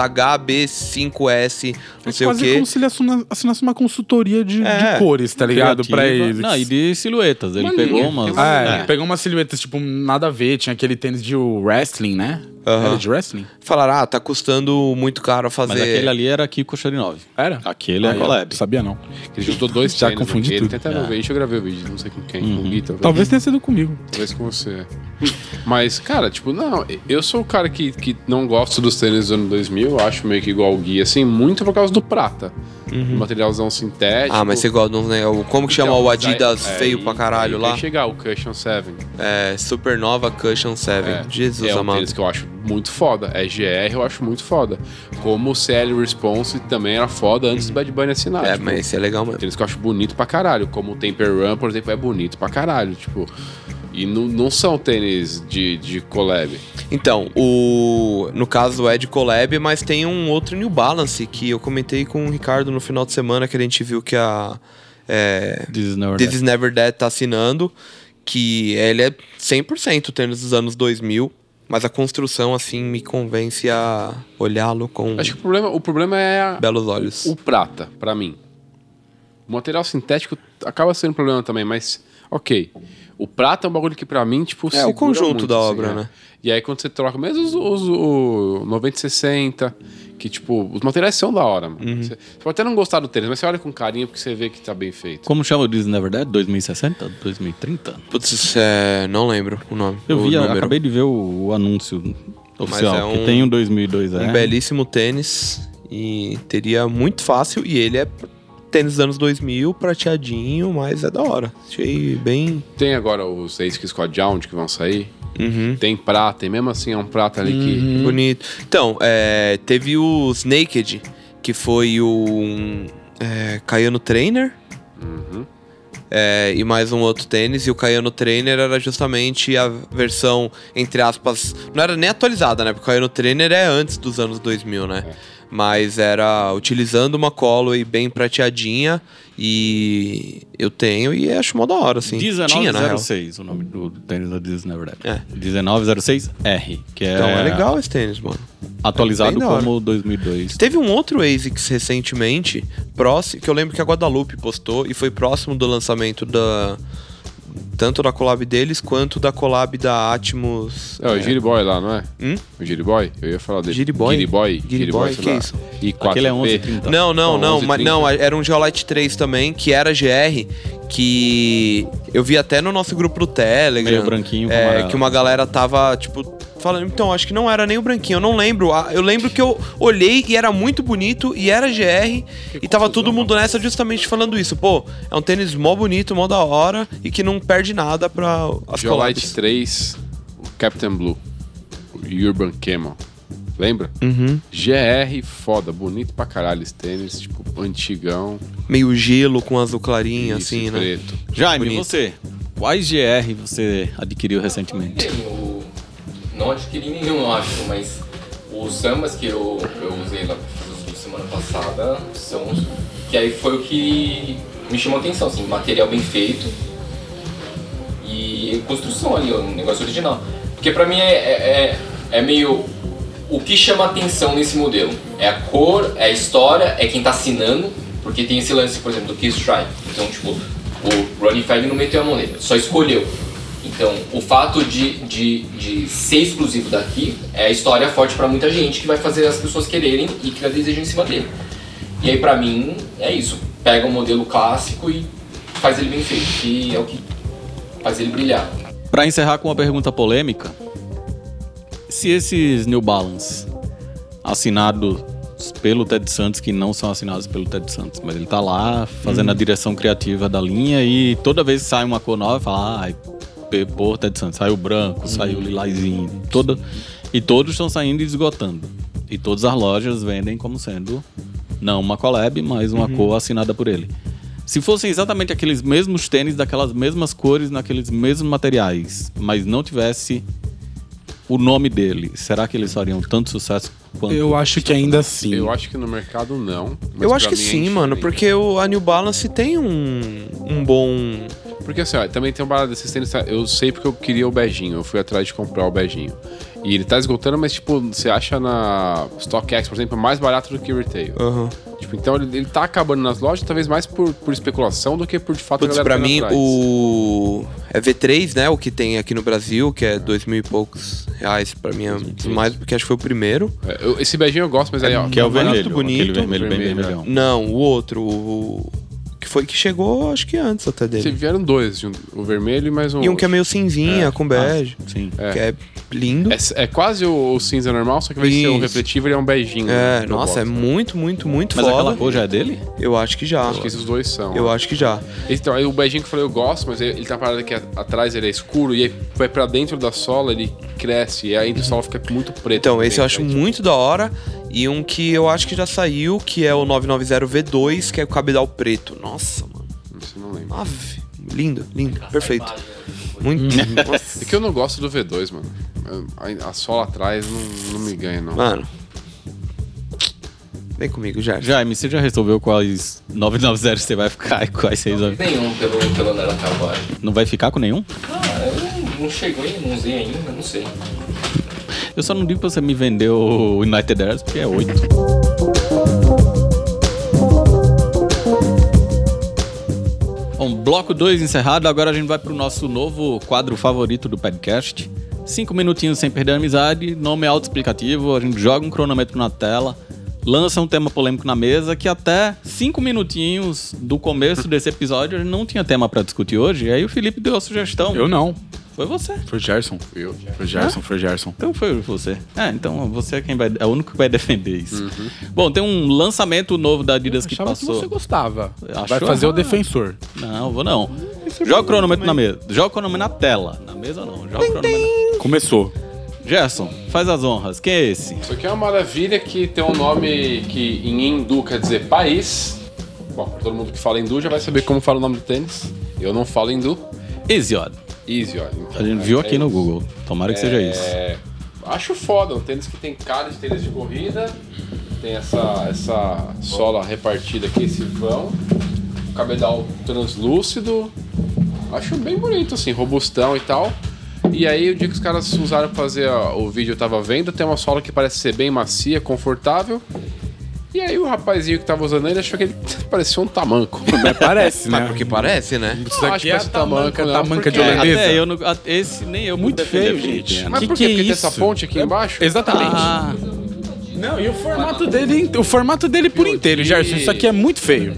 HB5S, não É sei o quase quê. como se ele assina- assinasse uma consultoria de, de É. cores, tá ligado? Pra Criativa. ele. Não, e de silhuetas. Ele Uma pegou linha, umas. tem uma É, É. pegou umas silhuetas, tipo, nada a ver. Tinha aquele tênis de wrestling, né? Aham. Era de wrestling? Falaram, ah, tá custando muito caro fazer. Mas aquele ali era Kiko Shorinov. Era? Ah, Aquele é Aí, ó, collab. Sabia não. Ele juntou dois Já tênis, confundi né? Ele tudo. tem até É. no vídeo, eu gravei o vídeo, não sei com Uhum. quem, com o Gui, talvez. Talvez tenha sido comigo. Talvez com você. Mas, cara, tipo, não, eu sou o cara que, que não gosto dos tênis do ano 2000, eu acho meio que igual o Gui, assim, muito por causa do prata. Uhum. O materialzão sintético. Ah, mas você gosta de uns, né? o- Como que chama é tipo Então, o mas aí- Adidas é, feio aí- pra caralho aí lá? vai chegar o Cushion 7. É, Supernova Cushion 7. É, Jesus é um amado. tênis que eu acho muito foda. É GR, eu acho muito foda. Como o CL Response também era foda antes do Bad Bunny assinar. É, tipo, mas esse é legal mesmo. Tênis que eu acho bonito pra caralho. Como o Temper Run, por exemplo, é bonito pra caralho. Tipo, e não, não são tênis de, de collab. Então, o no caso é de collab, mas tem um outro New Balance que eu comentei com o Ricardo no final de semana que a gente viu que a é, This is never This that. is Never Dead tá assinando, que ele é 100% tênis dos anos 2000, mas a construção assim me convence a olhá-lo com Acho que o problema, o problema é a- belos olhos. o prata, pra mim. O material sintético acaba sendo um problema também, mas ok. O prata é um bagulho que pra mim, tipo, É, o segura conjunto muito, da assim, obra, é. né? E aí quando você troca, mesmo os, os, o 9060, que tipo, os materiais são da hora, mano. Uhum. Você, você pode até não gostar do tênis, mas você olha com carinho porque você vê que tá bem feito. Como chama o This is Never Dead? 2060? 2030? Putz, é, não lembro o nome. Eu o vi, eu número. acabei de ver o, o anúncio oficial. é um- que tem um 2002, é. um belíssimo tênis e teria muito fácil e ele é tênis dos anos 2000, prateadinho, mas é da hora. Achei bem Tem agora os ASICs com a Jound que vão sair. uhum, Tem prata, e mesmo assim é um prata ali que. bonito. Então, é, teve os Naked, que foi o um, é, Caiano Trainer Uhum. é, e mais um outro tênis. E o Caiano Trainer era justamente a versão, entre aspas, não era nem atualizada, né? Porque o Caiano Trainer é antes dos anos 2000, né? Mas era utilizando uma Callaway bem prateadinha e eu tenho e acho mó da hora, assim. Tinha, na real. 1906, o nome do tênis da This is Never Dead. É. 1906R, que é, Então é legal esse tênis, mano. é atualizado bem da hora. como 2002. Teve um outro ASICS recentemente, próximo, que eu lembro que a Guadalupe postou e foi próximo do lançamento da. Tanto da collab deles quanto da collab da Atmos. É, o Giriboy lá, não é? Hum? O Giriboy? Eu ia falar dele. Giriboy? Giriboy. Giriboy, sei que lá. isso? E 4 Aquele é 1130. Não, não, Então, não, 11, mas, 30. não, era um Geolite 3 também, que era GR, que eu vi até no nosso grupo do Telegram. Meio branquinho com é, amarelo. que uma galera tava, tipo, Falando, então, acho que não era nem o branquinho, eu não lembro. Ah, Eu lembro que eu olhei e era muito bonito e era GR e tava todo mundo nessa justamente falando isso. Pô, é um tênis mó bonito, mó da hora e que não perde nada pra as Geolite collabs. 3, Captain Blue, Urban Camel. Lembra? Uhum. GR, foda, bonito pra caralho esse tênis, tipo, antigão, Meio gelo com azul clarinho, isso, assim, né? preto. Jaime, Bonito. você, quais GR você adquiriu recentemente? Eu não adquiri nenhum, eu acho, mas os sambas que eu, eu usei lá pra semana passada são os. Que aí foi o que me chamou a atenção, assim, material bem feito e construção ali, o negócio original. Porque pra mim é, é, é- é meio. O que chama atenção nesse modelo? É a cor, é a história, é quem tá assinando, porque tem esse lance, por exemplo, do Kill Strike. Então, tipo, o Ronnie Fag não meteu a mão nele, só escolheu. Então, o fato de, de, de ser exclusivo daqui é a história forte pra muita gente que vai fazer as pessoas quererem e criar desejo em cima dele. E aí, pra mim, é isso. Pega um modelo clássico e faz ele bem feito, que é o que faz ele brilhar. Pra encerrar com uma pergunta polêmica, se esses New Balance assinados pelo Ted Santos, que não são assinados pelo Ted Santos, mas ele tá lá fazendo a direção criativa da linha e toda vez que sai uma cor nova, fala, ai, pe- pô, Ted Santos, saiu branco, saiu lilazinho, todo, e todos estão saindo e esgotando. E todas as lojas vendem como sendo não uma collab, mas uma cor assinada por ele. Se fossem exatamente aqueles mesmos tênis, daquelas mesmas cores, naqueles mesmos materiais, mas não tivesse o nome dele, será que eles fariam tanto sucesso quanto. Eu acho que ainda assim. Eu acho que no mercado não. mas Eu acho pra que mim é sim, mano, diferente. porque o, a New Balance tem um, um bom Porque assim, ó, também tem uma parada desses tênis. tá? Eu sei porque eu queria o beijinho. Eu fui atrás de comprar o beijinho. E ele tá esgotando, mas tipo, você acha na StockX, por exemplo, é mais barato do que retail. Tipo, então ele, ele tá acabando nas lojas, talvez mais por, por especulação do que por de fato a Putz, galera pra correndo mim, atrás. o. É V3, né? O que tem aqui no Brasil, que é dois mil e poucos reais. Pra mim é mais, porque acho que foi o primeiro. É, eu- esse beijinho eu gosto, mas aí, ó. Que é o Barato, vermelho, bonito. aquele vermelho, bem Vermelho, é. vermelhão. Não, o outro, o. Que foi que chegou, acho que antes até se dele. vieram dois, de um- o vermelho e mais um. E um que é outro. meio cinzinha, com bege, Sim. é. que é lindo. É, É, é quase o, o cinza normal, só que vai ser o Isso. refletivo e é um beijinho. né, que eu nossa, é gosto. muito, muito, muito Mas aquela foda. cor já é dele? Eu acho que já. Acho que esses dois são. Eu ó. acho que já. Então, aí o beijinho que eu falei, eu gosto, mas ele, ele tá parado aqui a- atrás, ele é escuro, e aí vai pra dentro da sola, ele cresce, e aí a sola fica muito preto. Então, esse eu acho Aí, tipo, muito da hora. E um que eu acho que já saiu, que é o 990V2, que é o cabedal preto. Nossa, mano. isso eu não lembro. Ave. Lindo, lindo. Perfeito. Muito. É [LAUGHS] Nossa. que eu não gosto do V2, mano. A, a sola atrás não, não me ganha, não. Mano. Vem comigo, já. Jaime, você já resolveu quais 990 você vai ficar e quais vocês vai... Nenhum pelo, pelo andar até agora. Não vai ficar com nenhum? Ah, eu não chegou em não usei ainda, não sei. Eu só não digo pra você me vender o United Airs, porque é 8. Bom, bloco 2 encerrado, agora a gente vai pro nosso novo quadro favorito do podcast. Cinco minutinhos sem perder a amizade, nome autoexplicativo, a gente joga um cronômetro na tela, lança um tema polêmico na mesa, que até cinco minutinhos do começo desse episódio a gente não tinha tema pra discutir hoje, e aí o Felipe deu a sugestão. Eu não. Foi você. Foi o Gerson. Eu. Foi o Gerson, foi o Gerson. Então foi você. É, então você é quem vai. É o único que vai defender isso. Bom, tem um lançamento novo da Adidas que Achava que passou. você gostava. Achou? Vai fazer o defensor. Não, vou não. é Joga o cronômetro na mesa. Joga o cronômetro na tela. Na mesa não. Joga o cronômetro na... Começou. Gerson, faz as honras. Quem é esse? Isso aqui é uma maravilha que tem um nome que em hindu quer dizer país. Bom, todo mundo que fala hindu já vai saber como fala o nome do tênis. Eu não falo hindu. Eziod. Easy, ó. Então, A gente é, viu é aqui no isso. Google. Tomara que seja isso. É, Acho foda, um tênis que tem cara de tênis de corrida, tem essa, essa sola repartida aqui, esse vão, cabedal translúcido, acho bem bonito assim, robustão e tal. E aí o dia que os caras usaram pra fazer ó, o vídeo eu tava vendo, tem uma sola que parece ser bem macia, confortável. E aí o rapazinho que tava usando ele achou que ele [LAUGHS] parecia um tamanco. Mas parece, né? Mas porque parece, né? Isso Tá, Não, daqui é acho que é né? tamanca, tamanca, não, tamanca né? porque- de holandesa. Até eu não, a- esse nem eu Muito pude defender, feio, Felipe, gente. né? Mas Que por que quê? é Porque tem isso? essa ponte aqui embaixo? Exatamente. Ah, Não, e o formato dele, o formato dele por inteiro, Gerson. Isso aqui é muito feio.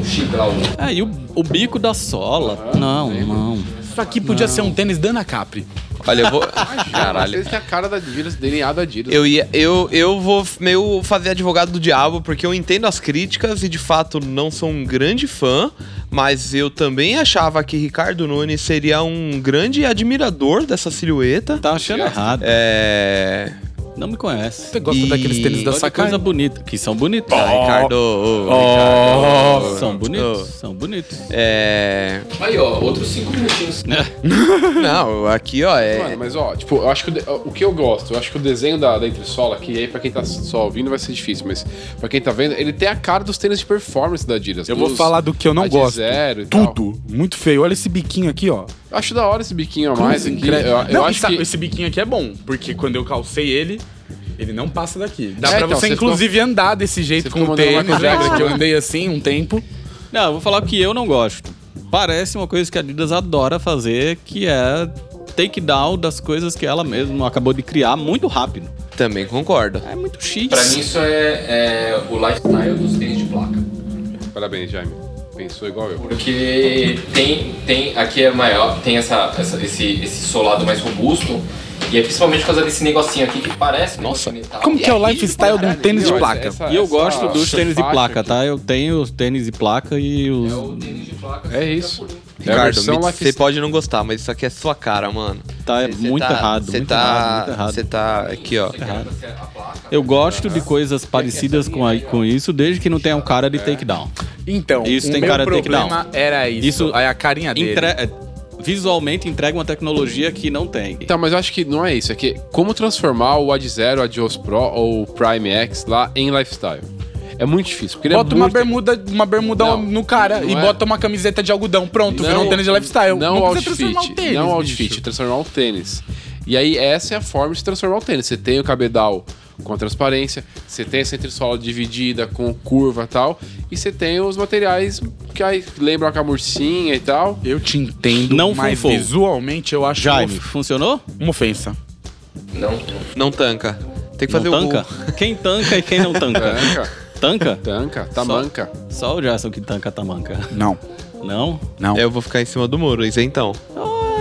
Um chibral. é, e o, o bico da sola. não, não. Isso aqui podia ser um tênis Dana Capri. Olha, eu vou. Caralho. [LAUGHS] Caralho. Vocês têm é a cara da Adidas, DNA da Adidas. Eu, ia, eu, eu vou meio fazer advogado do diabo, porque eu entendo as críticas e de fato não sou um grande fã, mas eu também achava que Ricardo Nunes seria um grande admirador dessa silhueta. Tá achando errado. É. Não me conhece. Você gosta E- daqueles tênis da Olha que coisa Sakai? bonita, que são bonitos. Ah, Ricardo. ô, Ricardo. Oh, São bonitos, Oh. são bonitos. É. Aí, ó, outros cinco minutinhos. Não, aqui, ó, Mano, é. mas ó, tipo, eu acho que o, de- o que eu gosto, eu acho que o desenho da, da entressola aqui, aí pra quem tá só ouvindo vai ser difícil, mas pra quem tá vendo, ele tem a cara dos tênis de performance da Adidas. eu vou dos- falar do que eu não a de gosto. zero e tal. Tudo. Muito feio. Olha esse biquinho aqui, ó. Eu acho da hora esse biquinho a mais aqui. Eu, eu não, acho esse, que. esse biquinho aqui é bom, porque quando eu calcei ele, ele não passa daqui. Dá É, pra então, você, você inclusive, andar desse você jeito com ficou o mandando uma tênis, coisa né? errada. Que eu andei assim um tempo. Não, eu vou falar o que eu não gosto. Parece uma coisa que a Adidas adora fazer, que é takedown das coisas que ela mesma acabou de criar muito rápido. Também concordo. É muito chique. Pra mim, isso é, é o lifestyle dos tênis de placa. Parabéns, Jaime. Pensou igual eu. Porque tem, tem aqui é maior, tem essa, essa- esse, esse solado mais robusto. E é principalmente por causa desse negocinho aqui que parece. Nossa, Como que é o lifestyle de um tênis de Meu, placa? essa- E eu essa gosto dos tênis de faixa placa, aqui. tá? Eu tenho os tênis de placa e os. É tênis de placa. É isso. É a Ricardo, versão me- você lifestyle. pode não gostar, mas isso aqui é sua cara, mano. Tá é Cê- cê muito tá- errado, Você muito tá. errado, muito errado. Você tá aqui, ó. é É. Eu gosto né? de coisas parecidas com, a- com isso, desde que não tenha um cara de takedown. Então, Isso o tem meu cara de problema era isso. Isso Aí a carinha dele. Entre- é, Visualmente entrega uma tecnologia que não tem. Então, mas eu acho que não é isso. É que como transformar o Ad Zero, o Adios Pro ou o Prime X lá em lifestyle? É muito difícil. Porque ele Bota é uma muito... bermuda, uma bermuda Não, no cara não e é. bota uma camiseta de algodão. Pronto, virou um tênis de lifestyle. precisa Não, outfit. transformar o tênis, não bicho. outfit, transformar o tênis. E aí, essa é a forma de se transformar o tênis. Você tem o cabedal com a transparência, você tem essa entressola dividida com curva e tal, e você tem os materiais que aí lembram a camurcinha e tal. Eu te entendo, Não mas fofou. visualmente eu acho Jaime, uma of- funcionou? uma ofensa. Não, não. Não tanca. Tem que fazer não o tanca? Quem tanca e quem não tanca? Tanca, tanca? tanca, tá tamanca. Só o Jason que tanca tamanca. Não, Não? não. É, Eu vou ficar em cima do muro, isso então.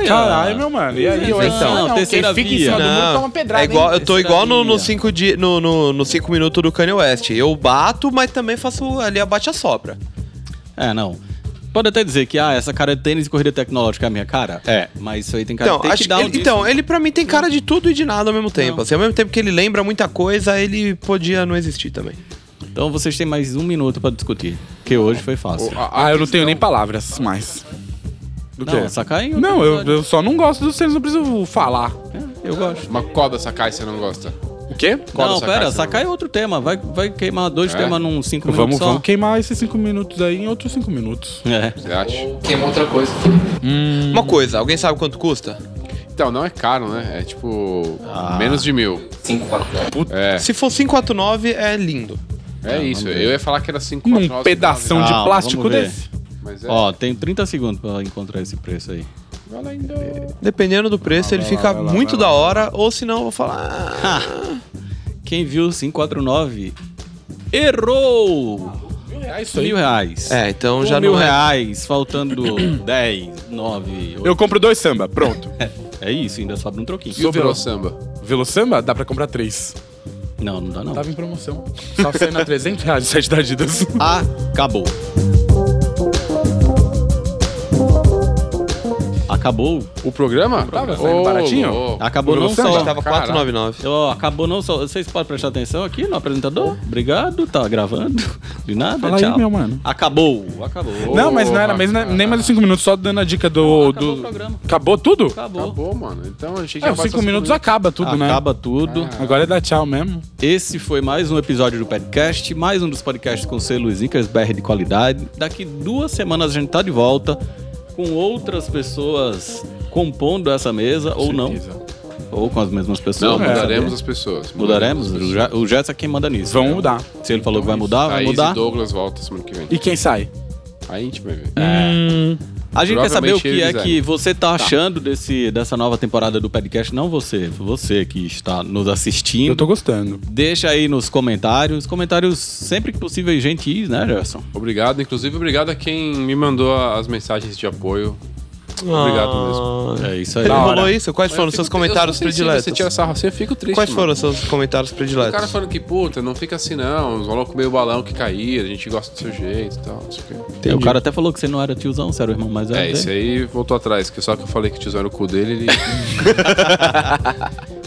Caralho, meu mano. E aí, Não, eu não, ah. Então, terceira quem fica em via. cima do muro Não, toma pedrada. é igual, hein? eu tô Esse igual no, daí, no ó. cinco di, no, no, no cinco minutos do Kanye West. Eu bato, mas também faço ali abate a sopra. É, não. Pode até dizer que, ah, essa cara de tênis e corrida tecnológica é a minha cara. É, mas isso aí tem cara Então, de acho, takedown ele, disso. né? então, ele pra mim tem cara de tudo e de nada ao mesmo tempo. Assim, ao mesmo tempo que ele lembra muita coisa, ele podia não existir também. Então vocês têm mais um minuto pra discutir. Que hoje foi fácil. Ah, eu não tenho nem palavras mais. Do não, que? sacar em outro Não, eu, episódio. eu só não gosto dos tênis, não preciso falar. É, eu gosto. Uma coda Sakai você não gosta. O quê? Qual não, da Sakai pera, você sacar é outro tema. Vai, vai queimar dois É? temas num cinco Vamos, minutos só. vamos queimar esses cinco minutos aí em outros cinco minutos. É. Você acha? Tem uma outra coisa. Hum. Uma coisa, alguém sabe quanto custa? Então, não é caro, né? É tipo. Ah. Menos de mil. 5, 4, É, Se for 549, é lindo. é isso. Eu ia falar que era 5 Um pedação de Calma, plástico vamos ver. desse. Mas é. Ó, tem 30 segundos pra encontrar esse preço aí. valendo. Dependendo do preço, ele fica muito da hora, ou senão eu vou falar. "Ah, [LAUGHS] Quem viu 549 errou! É isso Mil reais. É, então Um Com já mil não é. reais, faltando [COUGHS] 10, 9, 8. Eu compro dois samba, pronto. É isso, ainda sobra um troquinho. E o Sobrou. Velo Samba? Velo samba, dá pra comprar três. Não, não Tá dá não. Tava em promoção. Só saindo a 300 reais o site da [LAUGHS] Adidas. Ah, Acabou. Acabou. O programa? programa saindo baratinho? louco. Acabou Ô, não você só. já Tava Caralho. 499. Ó, acabou não só. Vocês podem prestar atenção aqui no apresentador? Obrigado, tá gravando. [LAUGHS] De nada, Fala aí, tchau. meu mano. Acabou, acabou. não, mas não era mesmo, né? nem mais os cinco minutos, só dando a dica do. acabou do- o programa. Acabou tudo? Acabou. Acabou, mano. Então achei que É, ia os passar cinco minutos acaba tudo, né? Acaba tudo. Agora é dar tchau mesmo. Esse foi mais um episódio do podcast, mais um dos podcasts com selo Zincas BR de qualidade. Daqui duas semanas a gente tá de volta com outras pessoas compondo essa mesa, ou não, ou com as mesmas pessoas. Não, né? vamos mudaremos saber. as pessoas. Mudaremos? O Ja- O Jess é quem manda nisso. Vão mudar. Se ele falou que vai mudar, vai Aí mudar. Douglas volta semana que vem. E quem sai? Aí a gente vai ver. É. A gente quer saber o que é É. Provavelmente que eles, você tá achando desse, dessa nova temporada do podcast. Não você, você que está nos assistindo. Eu tô gostando. Deixa aí nos comentários. Comentários sempre que possível gentis, né, Gerson? Obrigado. Inclusive, obrigado a quem me mandou as mensagens de apoio. Ah. Obrigado mesmo. É isso aí. Ele hora. falou isso? Quais foram os seus comentários Eu não sei se Você tira prediletos? sarro, você fica triste. Quais mano. foram os seus comentários O cara prediletos? falando que, puta, não fica assim não, os malucos meio balão que caíram, a gente gosta do seu jeito e tal, não sei o quê. É, o cara até falou que você não era tiozão, você era o irmão mais velho. É, dele. esse aí voltou atrás, que só que eu falei que tiveram o cu dele, ele... [LAUGHS]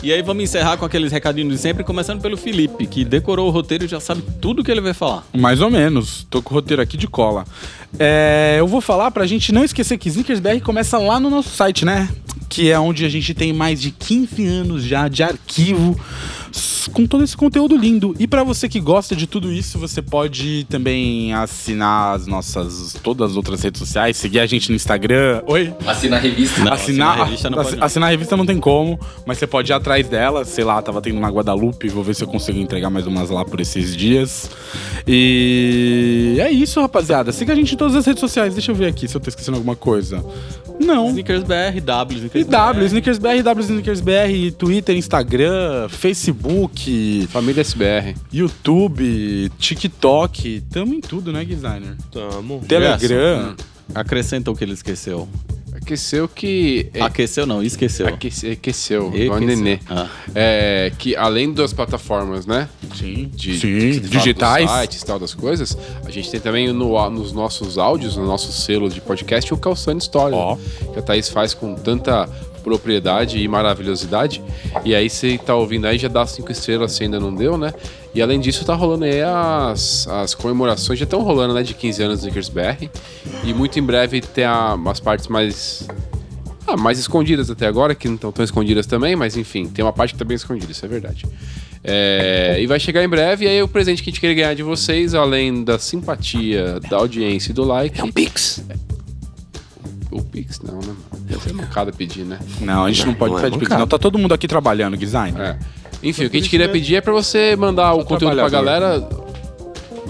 E aí vamos encerrar com aqueles recadinhos de sempre, começando pelo Felipe, que decorou o roteiro e já sabe tudo que ele vai falar. Mais ou menos. Tô com o roteiro aqui de cola. É, eu vou falar pra gente não esquecer que Sneakers BR começa lá no nosso site, né? Que é onde a gente tem mais de 15 anos já de arquivo s- com todo esse conteúdo lindo. E pra você que gosta de tudo isso, você pode também assinar as nossas todas as outras redes sociais, seguir a gente no Instagram. Oi? Assina a Assim, revista. Não, assinar, assinar a revista não ass- pode, não. assinar a revista não tem como, mas você pode ir atrás dela. Sei lá, tava tendo uma Guadalupe, vou ver se eu consigo entregar mais umas lá por esses dias. E é isso, rapaziada. Siga a gente em todas as redes sociais. Deixa eu ver aqui se eu tô esquecendo alguma coisa. Não. Sneakers BR, W, E Sneakers W, BR. Sneakers BR, W Sneakers BR, Twitter, Instagram, Facebook, Família SBR. YouTube, TikTok. Tamo em tudo, né, designer? Tamo. né? Telegram. Acrescenta o que ele esqueceu. Aqueceu que... é- Aqueceu não, esqueceu. Aquece, aqueceu, Aqueceu. igual o nenê. Ah. É, que além das plataformas, né? Sim. de- Sim. que você fala Digitais. dos sites e tal das coisas, a gente tem também no, a- nos nossos áudios, no nosso selo de podcast, o Calçando História. Ó. Que a Thaís faz com tanta propriedade e maravilhosidade. E aí você tá ouvindo aí, já dá cinco estrelas se ainda não deu, né? E além disso, tá rolando aí as, as comemorações, já estão rolando, né? De 15 anos do Snickers BR. E muito em breve tem a- as partes mais ah, mais escondidas até agora, que não estão tão escondidas também, mas enfim, tem uma parte que tá bem escondida, isso é verdade. É, e vai chegar em breve, e aí o presente que a gente quer ganhar de vocês, além da simpatia, da audiência e do like. É um Pix. O Pix não, né? Deve ser mancada pedir, né? Não, a gente não pode Não é pedir. bancada. Não, tá todo mundo aqui trabalhando, designer. É. Enfim, o que a gente queria pedir é pra você mandar o conteúdo pra trabalhador. galera,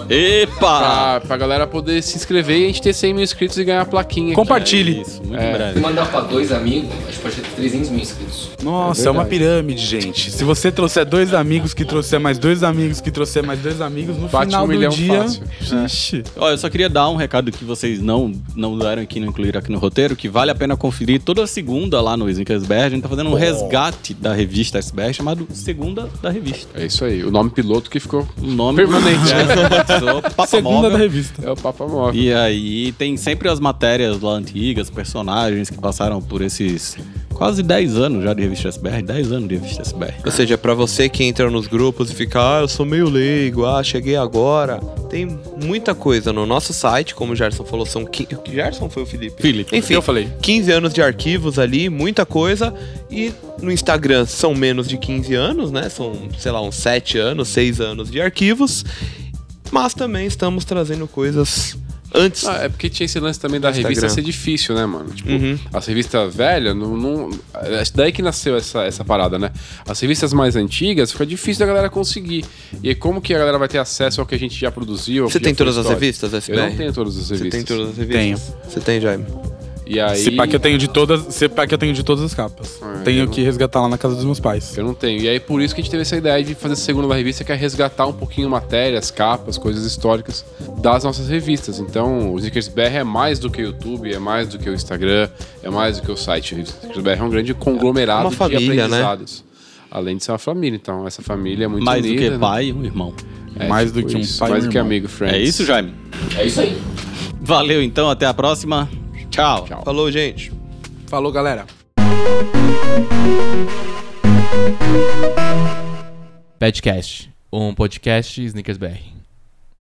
Epa! pra, pra galera poder se inscrever e a gente ter 100 mil inscritos e ganhar a plaquinha. Compartilhe. É. Isso, muito em breve. Se mandar pra dois amigos, a gente pode ter 300 mil inscritos. Nossa, é, uma pirâmide, gente. Se você trouxer dois amigos que trouxer mais dois amigos que trouxer mais dois amigos, no Bate final um do milhão dia... fácil. Ixi. Olha, eu só queria dar um recado que vocês não, não deram aqui, não incluíram aqui no roteiro, que vale a pena conferir toda segunda lá no Snickersberg. A gente tá fazendo um resgate da revista SBR chamado Segunda da Revista. É isso aí, o nome piloto que ficou O nome Permanente. É, sou Papa Segunda Móvel. da revista. é o Papa Móvel. E aí tem sempre as matérias lá antigas, personagens que passaram por esses quase 10 anos já de revista SBR, 10 anos de revista SBR. Ou seja, pra você que entra nos grupos e fica, ah, eu sou meio leigo, ah, cheguei agora. Tem muita coisa no nosso site, como o Gerson falou, são. Qui... o Gerson foi o Felipe. Felipe. Enfim, Eu falei. 15 anos de arquivos ali, muita coisa. E no Instagram são menos de 15 anos, né? São, sei lá, uns 7 anos, 6 anos de arquivos. Mas também estamos trazendo coisas antes. Ah, é porque tinha esse lance também da Instagram. revista ser difícil, né, mano? Tipo, Uhum. as revistas velhas, não, não- acho Daí que nasceu essa, essa parada, né? As revistas mais antigas fica difícil da galera conseguir. E como que a galera vai ter acesso ao que a gente já produziu? ao Você que tem já foi todas as histórico? revistas, SBR? Eu não tenho todas as Você revistas. tem todas as revistas? Tenho. Você tem, Jaime? E aí. Se pá que eu tenho de todas, se pá que eu tenho de todas as capas. Ah, tenho eu- que resgatar lá na casa dos meus pais. Eu não tenho. E aí por isso que a gente teve essa ideia de fazer a segunda da revista, que é resgatar um pouquinho matérias, capas, coisas históricas das nossas revistas. Então, o Snickers BR é mais do que o YouTube, é mais do que o Instagram, é mais do que o site. O Snickers BR é um grande conglomerado É Uma de família, aprendizados. Além de ser uma família, então essa família é muito né? Mais do unida, que né? pai, um irmão. É, Mais do tipo que um isso, pai e mais um do que irmão. amigo, friends. É isso, Jaime? É isso aí. Valeu então, até a próxima. Tchau. Falou, gente. Falou, galera. Petcast, um podcast Snickers BR.